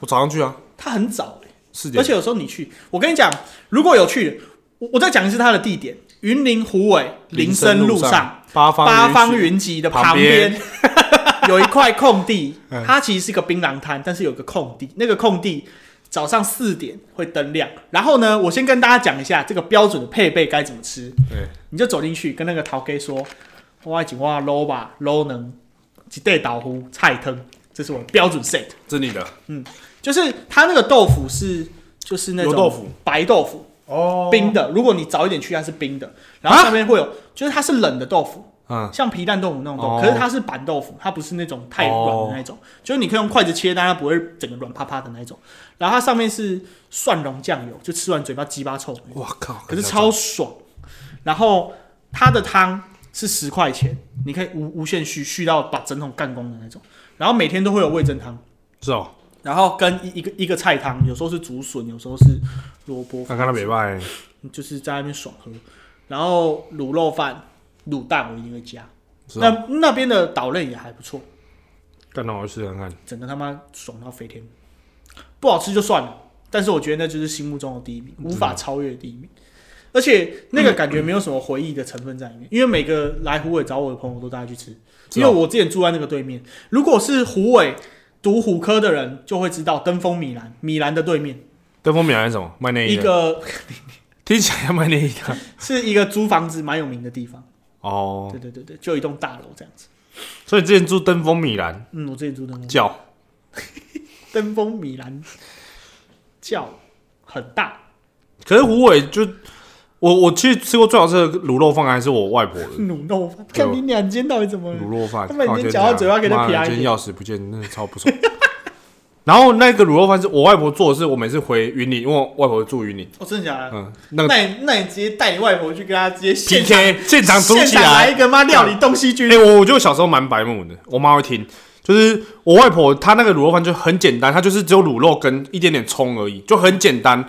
[SPEAKER 1] 我早上去啊，
[SPEAKER 2] 它很早、欸
[SPEAKER 1] 四
[SPEAKER 2] 而
[SPEAKER 1] 点。
[SPEAKER 2] 且有时候你去，我跟你讲，如果有去，我我再讲一次它的地点：云林虎尾林森路上
[SPEAKER 1] 八方
[SPEAKER 2] 八方
[SPEAKER 1] 云集
[SPEAKER 2] 云集的旁 <laughs> 边嗯有一块空地，它其实是个槟榔摊，但是有个空地，那个空地。早上四点会灯亮，然后呢，我先跟大家讲一下这个标准的配备该怎么吃。
[SPEAKER 1] 对，
[SPEAKER 2] 你就走进去跟那个陶哥说，我一碗捞吧，捞能一袋豆腐菜汤，这是我的标准 set。
[SPEAKER 1] 这里的
[SPEAKER 2] 就是它那个豆腐是就是那种
[SPEAKER 1] 油豆腐
[SPEAKER 2] 白豆腐
[SPEAKER 1] 哦啊
[SPEAKER 2] 冰的，如果你早一点去它是冰的，然后上面会有就是它是冷的豆腐，
[SPEAKER 1] 嗯，
[SPEAKER 2] 像皮蛋豆腐那种豆腐，
[SPEAKER 1] 哦
[SPEAKER 2] 可是它是板豆腐，它不是那种太软的那一种，就是你可以用筷子切，但它不会整个软趴趴的那一种。然后它上面是蒜蓉酱油，就吃完嘴巴鸡巴臭，
[SPEAKER 1] 我靠，
[SPEAKER 2] 可是超爽。然后它的汤是十块钱，你可以无无限续续到把整桶干光的那种。然后每天都会有味噌汤。
[SPEAKER 1] 是哦，
[SPEAKER 2] 然后跟一一个一个菜汤，有时候是竹笋，有时候是萝卜，
[SPEAKER 1] 看看到北拜，
[SPEAKER 2] 就是在那边爽喝。然后卤肉饭、卤蛋我一定会加。
[SPEAKER 1] 是
[SPEAKER 2] 那
[SPEAKER 1] 哦，
[SPEAKER 2] 那边的岛类也还不错，
[SPEAKER 1] 干到我去试看看。
[SPEAKER 2] 整个他妈爽到飞天。不好吃就算了，但是我觉得那就是心目中的第一名，无法超越的第一名。而且那个感觉没有什么回忆的成分在里面，因为每个来虎尾找我的朋友都带他去吃，
[SPEAKER 1] 是
[SPEAKER 2] 因
[SPEAKER 1] 哦
[SPEAKER 2] 为我之前住在那个对面。如果是虎尾读虎科的人，就会知道登峰米兰，米兰的对面。
[SPEAKER 1] 登峰米兰是什么？卖内衣
[SPEAKER 2] 一
[SPEAKER 1] 的，
[SPEAKER 2] 个 <laughs>
[SPEAKER 1] 听起来像卖内衣的。
[SPEAKER 2] 是一个租房子蛮有名的地方，
[SPEAKER 1] 哦，
[SPEAKER 2] 对对对对，就一栋大楼这样子。
[SPEAKER 1] 所以之前住登峰米兰
[SPEAKER 2] 嗯，我之前住登峰，
[SPEAKER 1] 叫
[SPEAKER 2] 登峰米兰叫很大，
[SPEAKER 1] 可是胡伟就我我去吃过最好吃的卤肉饭还是我外婆的
[SPEAKER 2] 卤肉饭，
[SPEAKER 1] 对
[SPEAKER 2] 看你两间到底怎么了？
[SPEAKER 1] 卤肉饭，
[SPEAKER 2] 他们已经
[SPEAKER 1] 靠
[SPEAKER 2] 嚼到嘴巴给它
[SPEAKER 1] 妈的
[SPEAKER 2] 撇开一
[SPEAKER 1] 今
[SPEAKER 2] 点
[SPEAKER 1] 天钥匙不见，真的超不爽。 <laughs> 然后那个卤肉饭是我外婆做的，是我每次回云林，因为我外婆住云林，
[SPEAKER 2] 哦，真的假的？
[SPEAKER 1] 嗯，那个
[SPEAKER 2] 那你那你直接带你外婆去跟她直接现场
[SPEAKER 1] PK 现场煮
[SPEAKER 2] 现
[SPEAKER 1] 起
[SPEAKER 2] 场来
[SPEAKER 1] 来。
[SPEAKER 2] 一个妈料理东西军
[SPEAKER 1] 哎、，我我就小时候蛮白目的，我妈会听，就是我外婆她那个卤肉饭就很简单，她就是只有卤肉跟一点点葱而已，就很简单。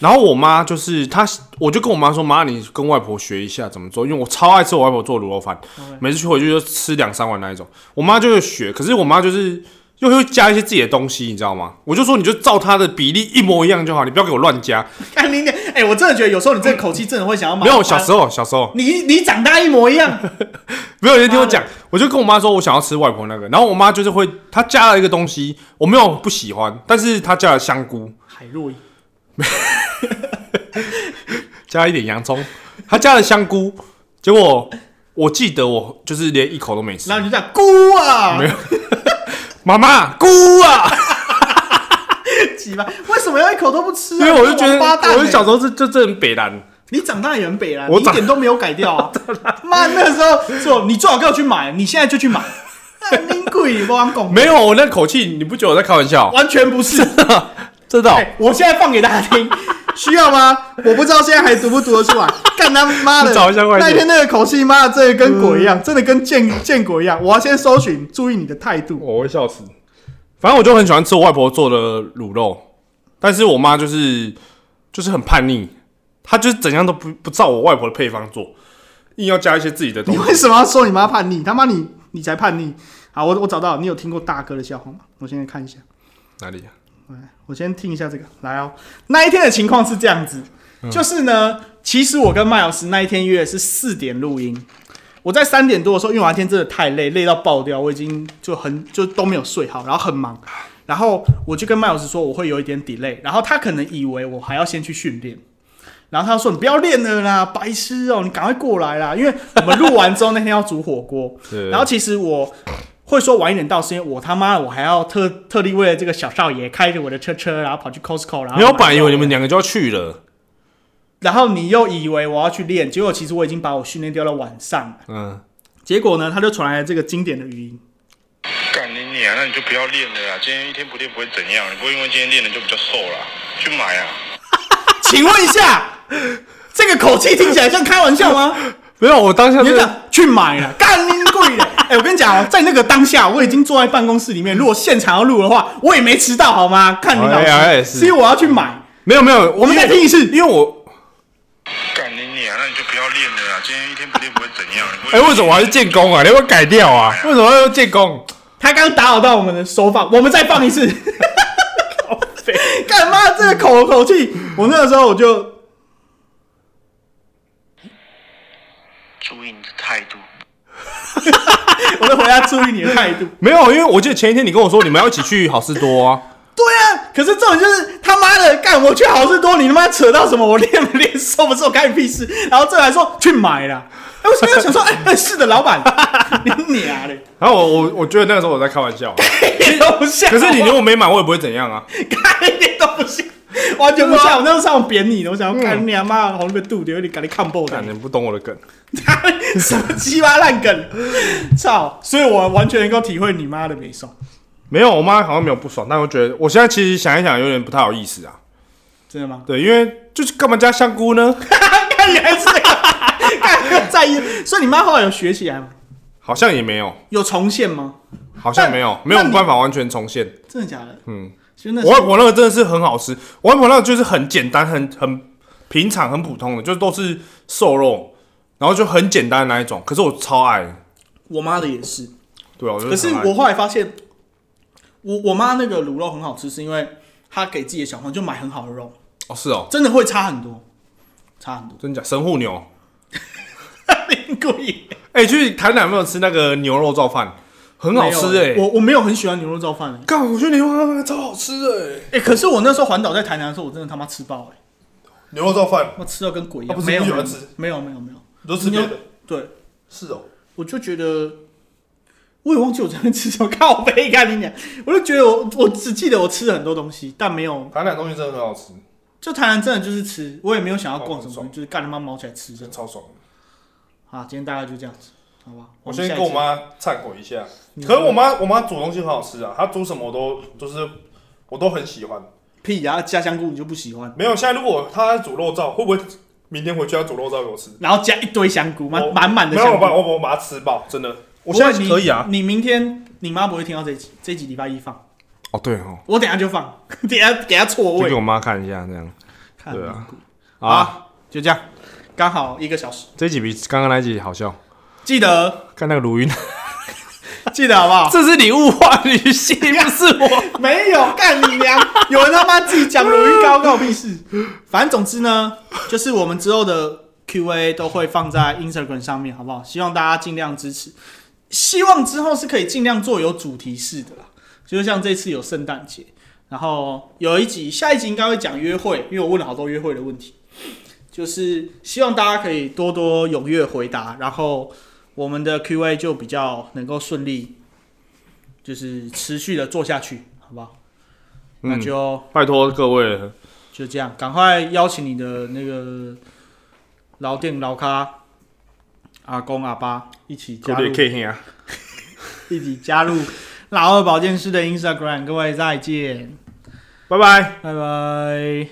[SPEAKER 1] 然后我妈就是她，我就跟我妈说：“妈，你跟外婆学一下怎么做，因为我超爱吃我外婆做的卤肉饭
[SPEAKER 2] OK，
[SPEAKER 1] 每次去回去就吃两三碗那一种。”我妈就会学，可是我妈就是又会加一些自己的东西，你知道吗？我就说你就照她的比例一模一样就好，你不要给我乱加。
[SPEAKER 2] 干你娘！哎，我真的觉得有时候你这个口气真的会想要骂。
[SPEAKER 1] 没有，小时候小时候
[SPEAKER 2] 你你长大一模一样，
[SPEAKER 1] 没有人听我讲，我就跟我妈说，我想要吃外婆那个，然后我妈就是会，她加了一个东西，我没有不喜欢，但是她加了香菇，
[SPEAKER 2] 海
[SPEAKER 1] <laughs>
[SPEAKER 2] 若影
[SPEAKER 1] 加一点洋葱， <laughs> 她加了香菇，结果我记得我就是连一口都没吃
[SPEAKER 2] 然。后你就讲姑啊
[SPEAKER 1] 没，
[SPEAKER 2] <laughs>
[SPEAKER 1] 有妈妈菇啊，
[SPEAKER 2] 鸡巴，为什么要一口都不吃啊？
[SPEAKER 1] 因为我就觉
[SPEAKER 2] 你
[SPEAKER 1] 得
[SPEAKER 2] 是王八蛋欸
[SPEAKER 1] 我就小时候是就这很北蓝，
[SPEAKER 2] 你长大也很北啦，你
[SPEAKER 1] 我
[SPEAKER 2] 一
[SPEAKER 1] 长
[SPEAKER 2] 点都没有改掉
[SPEAKER 1] <laughs>
[SPEAKER 2] 啊！妈，那个时候说你最好给我去买，你现在就去
[SPEAKER 1] <laughs>
[SPEAKER 2] 买，哎你鬼我讲拱，
[SPEAKER 1] 没有我那口气，你不觉得我在开玩笑？
[SPEAKER 2] 完全不是。
[SPEAKER 1] 真的哦、
[SPEAKER 2] 哎我现在放给大家听，需要吗？我不知道现在还读不读
[SPEAKER 1] <laughs>
[SPEAKER 2] 得出来。干他妈的！
[SPEAKER 1] 你找一下快点嗯
[SPEAKER 2] 那天那个口气，妈的，真的跟鬼一样，真的跟见见鬼一样。我要先搜寻，注意你的态度。
[SPEAKER 1] 我会笑死。反正我就很喜欢吃我外婆做的卤肉，但是我妈就是就是很叛逆，她就是怎样都不不照我外婆的配方做，硬要加一些自己的东
[SPEAKER 2] 你
[SPEAKER 1] 西。
[SPEAKER 2] 为什么要说你妈叛逆？他妈你你才叛逆！好，我我找到了，你有听过大哥的笑话吗？我现在看一下。
[SPEAKER 1] 哪里、啊？
[SPEAKER 2] 哎我先听一下这个，来哦。那一天的情况是这样子，就是呢，其实我跟麦老师那一天约的是四点录音，我在三点多的时候，因为我那天真的太累，累到爆掉，我已经就很就都没有睡好，然后很忙，然后我就跟麦老师说我会有一点 delay，然后他可能以为我还要先去训练。然后他说：“你不要练了啦，白痴哦、你赶快过来啦！因为我们录完之后那天要煮火锅，
[SPEAKER 1] 对
[SPEAKER 2] 然后其实我会说晚一点到，是因为我他妈的我还要特特地为了这个小少爷开着我的车车，然后跑去 Costco，然后
[SPEAKER 1] 没有，
[SPEAKER 2] 买
[SPEAKER 1] 我本来以为
[SPEAKER 2] 肉
[SPEAKER 1] 你们，两个就要去了。
[SPEAKER 2] 然后你又以为我要去练，结果其实我已经把我训练掉到晚上了。
[SPEAKER 1] 嗯，
[SPEAKER 2] 结果呢，他就传来了这个经典的语音，
[SPEAKER 5] 干你娘，啊那你就不要练了啦！今天一天不练不会怎样，你不会因为今天练了就比较瘦啦，去买啊！
[SPEAKER 2] 请问一下， <laughs> 这个口气听起来像开玩
[SPEAKER 1] <laughs>
[SPEAKER 2] 笑吗？
[SPEAKER 1] 没有，我当下
[SPEAKER 2] 你
[SPEAKER 1] 真
[SPEAKER 2] 就
[SPEAKER 1] 的
[SPEAKER 2] 讲去买了，干你贵的！哎、我跟你讲哦，在那个当下，我已经坐在办公室里面，如果现场要录的话，我也没迟到好吗？看你老师，
[SPEAKER 1] 哎哎哎是
[SPEAKER 2] 因为我要去买。
[SPEAKER 1] 没有没有，
[SPEAKER 2] 我们再听一次，
[SPEAKER 1] 因为我
[SPEAKER 5] 干你娘，啊那你就不要练了啦！今天一天不练不会怎样，你不
[SPEAKER 1] 哎、
[SPEAKER 5] 会。
[SPEAKER 1] 为什么我还是建工啊？你要不要改掉啊？为什么要用建工？
[SPEAKER 2] 他刚打扰到我们的手法，我们再放一次。 <laughs> 干嘛这个口口气？我那个时候我就
[SPEAKER 5] 注意你的态度。
[SPEAKER 2] 我就回答注意你的态度。
[SPEAKER 1] 没有，因为我记得前一天你跟我说你们要一起去好事多啊，
[SPEAKER 2] 对啊，可是这种就是他妈的干，我去好事多，你他妈扯到什么？我练不练瘦不瘦，干你屁事。然后这还说去买啦。哎、我现在想说，哎、 <laughs> 哎是的，老板，你娘的，
[SPEAKER 1] 然后我我我觉得那个时候我在开玩笑，啊
[SPEAKER 2] 你都不像。
[SPEAKER 1] 可是你如果没买我也不会怎样啊。
[SPEAKER 2] 看一点都不像，完全不像。我那时候上网扁你的，我想要干你啊妈，红被肚流，你赶紧看爆的
[SPEAKER 1] 感。觉不懂我的梗，
[SPEAKER 2] 什么鸡巴烂梗，操！所以我完全能够体会你妈的美颂，
[SPEAKER 1] 没有，我妈好像没有不爽，但我觉得我现在其实想一想，有点不太好意思啊。
[SPEAKER 2] 真的吗？ <laughs>
[SPEAKER 1] 对，因为就是干嘛加香菇呢？ <laughs>
[SPEAKER 2] 看你还是看在意，所以你妈后来有学起来吗？
[SPEAKER 1] 好像也没有，
[SPEAKER 2] 有重现吗？
[SPEAKER 1] 好像没有，
[SPEAKER 2] 但
[SPEAKER 1] 没有
[SPEAKER 2] 那你
[SPEAKER 1] 办法完全重现。
[SPEAKER 2] 真的假的？
[SPEAKER 1] 嗯，
[SPEAKER 2] 真的
[SPEAKER 1] 我外婆那个真的是很好吃，我外婆那个就是很简单、很很平常、很普通的，就都是瘦肉，然后就很简单的那一种。可是我超爱，
[SPEAKER 2] 我妈的也是，
[SPEAKER 1] 对啊，我就
[SPEAKER 2] 可是
[SPEAKER 1] 超爱
[SPEAKER 2] 我后来发现，我我妈那个卤肉很好吃，是因为她给自己的小朋友就买很好的肉，
[SPEAKER 1] 哦是哦，
[SPEAKER 2] 真的会差很多，
[SPEAKER 1] <laughs>
[SPEAKER 2] 差很多。
[SPEAKER 1] 真假神户牛，
[SPEAKER 2] 林故意
[SPEAKER 1] 哎、去台南有没有吃那个牛肉造饭？很好吃哎、
[SPEAKER 2] 我我没有很喜欢牛肉造饭哎、
[SPEAKER 1] 干，我觉得牛肉造饭超好吃哎、
[SPEAKER 2] 哎、可是我那时候环岛在台南的时候，我真的他妈吃爆哎、
[SPEAKER 6] 牛肉造饭
[SPEAKER 2] 我吃到跟鬼一
[SPEAKER 6] 啊
[SPEAKER 2] 样。
[SPEAKER 6] 不是
[SPEAKER 2] 没有没
[SPEAKER 6] 不喜
[SPEAKER 2] 有
[SPEAKER 6] 欢吃
[SPEAKER 2] 没有没有没有，
[SPEAKER 6] 都吃别
[SPEAKER 2] 牛
[SPEAKER 6] 的，
[SPEAKER 2] 对，
[SPEAKER 6] 是哦。
[SPEAKER 2] 我就觉得，我也忘记我在那边吃什么 <laughs> 靠背，看你讲，我就觉得我我只记得我吃了很多东西，但没有
[SPEAKER 6] 台南东西真的很好吃，
[SPEAKER 2] 就台南真的就是吃，我也没有想要逛什么
[SPEAKER 6] 哦很
[SPEAKER 2] 东西，就是干他妈毛起来吃这种
[SPEAKER 6] 超爽。
[SPEAKER 2] 啊。今天大概就这样子，好吧？
[SPEAKER 6] 我
[SPEAKER 2] 们
[SPEAKER 6] 先
[SPEAKER 2] 下一
[SPEAKER 6] 跟我
[SPEAKER 2] 集，
[SPEAKER 6] 妈忏悔一下，
[SPEAKER 2] 你
[SPEAKER 6] 可是我妈我妈煮东西很好吃啊，她煮什么我都就是我都很喜欢。
[SPEAKER 2] 屁呀、加香菇你就不喜欢，
[SPEAKER 6] 没有，现在如果她煮肉燥，会不会明天回去要煮肉燥给我吃？
[SPEAKER 2] 然后加一堆香菇，满
[SPEAKER 6] 我
[SPEAKER 2] 满满的
[SPEAKER 6] 没有，我
[SPEAKER 2] 香菇
[SPEAKER 6] 把。我我把它吃饱，真的。
[SPEAKER 1] 我现在
[SPEAKER 2] 不会
[SPEAKER 1] 可以啊。
[SPEAKER 2] 你你明天你妈不会听到这一集，这一集礼拜一放，
[SPEAKER 1] 哦，对哦，
[SPEAKER 2] 我等一下就放， <laughs> 等一下给她错
[SPEAKER 1] 就给
[SPEAKER 2] 位。
[SPEAKER 1] 我妈看一下这样。
[SPEAKER 2] 看
[SPEAKER 1] 对啊
[SPEAKER 2] 蒙古，
[SPEAKER 1] 啊，
[SPEAKER 2] 好，就这样，刚好一个小时，
[SPEAKER 1] 这几比刚刚那集好笑，
[SPEAKER 2] 记得
[SPEAKER 1] 看那个卢云，
[SPEAKER 2] <laughs> 记得好不好？
[SPEAKER 1] <laughs> 这是你物化女
[SPEAKER 6] <laughs>
[SPEAKER 1] 性，不是我。
[SPEAKER 2] 没有，干你娘！有人他妈自己讲鲁豫高告屁事。反正总之呢，就是我们之后的 Q&A 都会放在 Instagram 上面，好不好？希望大家尽量支持，希望之后是可以尽量做有主题式的啦。就像这次有圣诞节，然后有一集，下一集应该会讲约会，因为我问了好多约会的问题，就是希望大家可以多多踊跃回答，然后我们的 Q&A 就比较能够顺利，就是持续的做下去，好不好？那
[SPEAKER 1] 嗯，
[SPEAKER 2] 就。
[SPEAKER 1] 拜托各位了，
[SPEAKER 2] 就这样，赶快邀请你的那个老店老咖、阿公阿爸一起
[SPEAKER 1] 各
[SPEAKER 2] 加
[SPEAKER 1] 位
[SPEAKER 2] 入，
[SPEAKER 1] 可以啊，
[SPEAKER 2] 一起加入老二保健师的 Instagram。各位再见，
[SPEAKER 1] 拜拜。
[SPEAKER 2] 拜拜。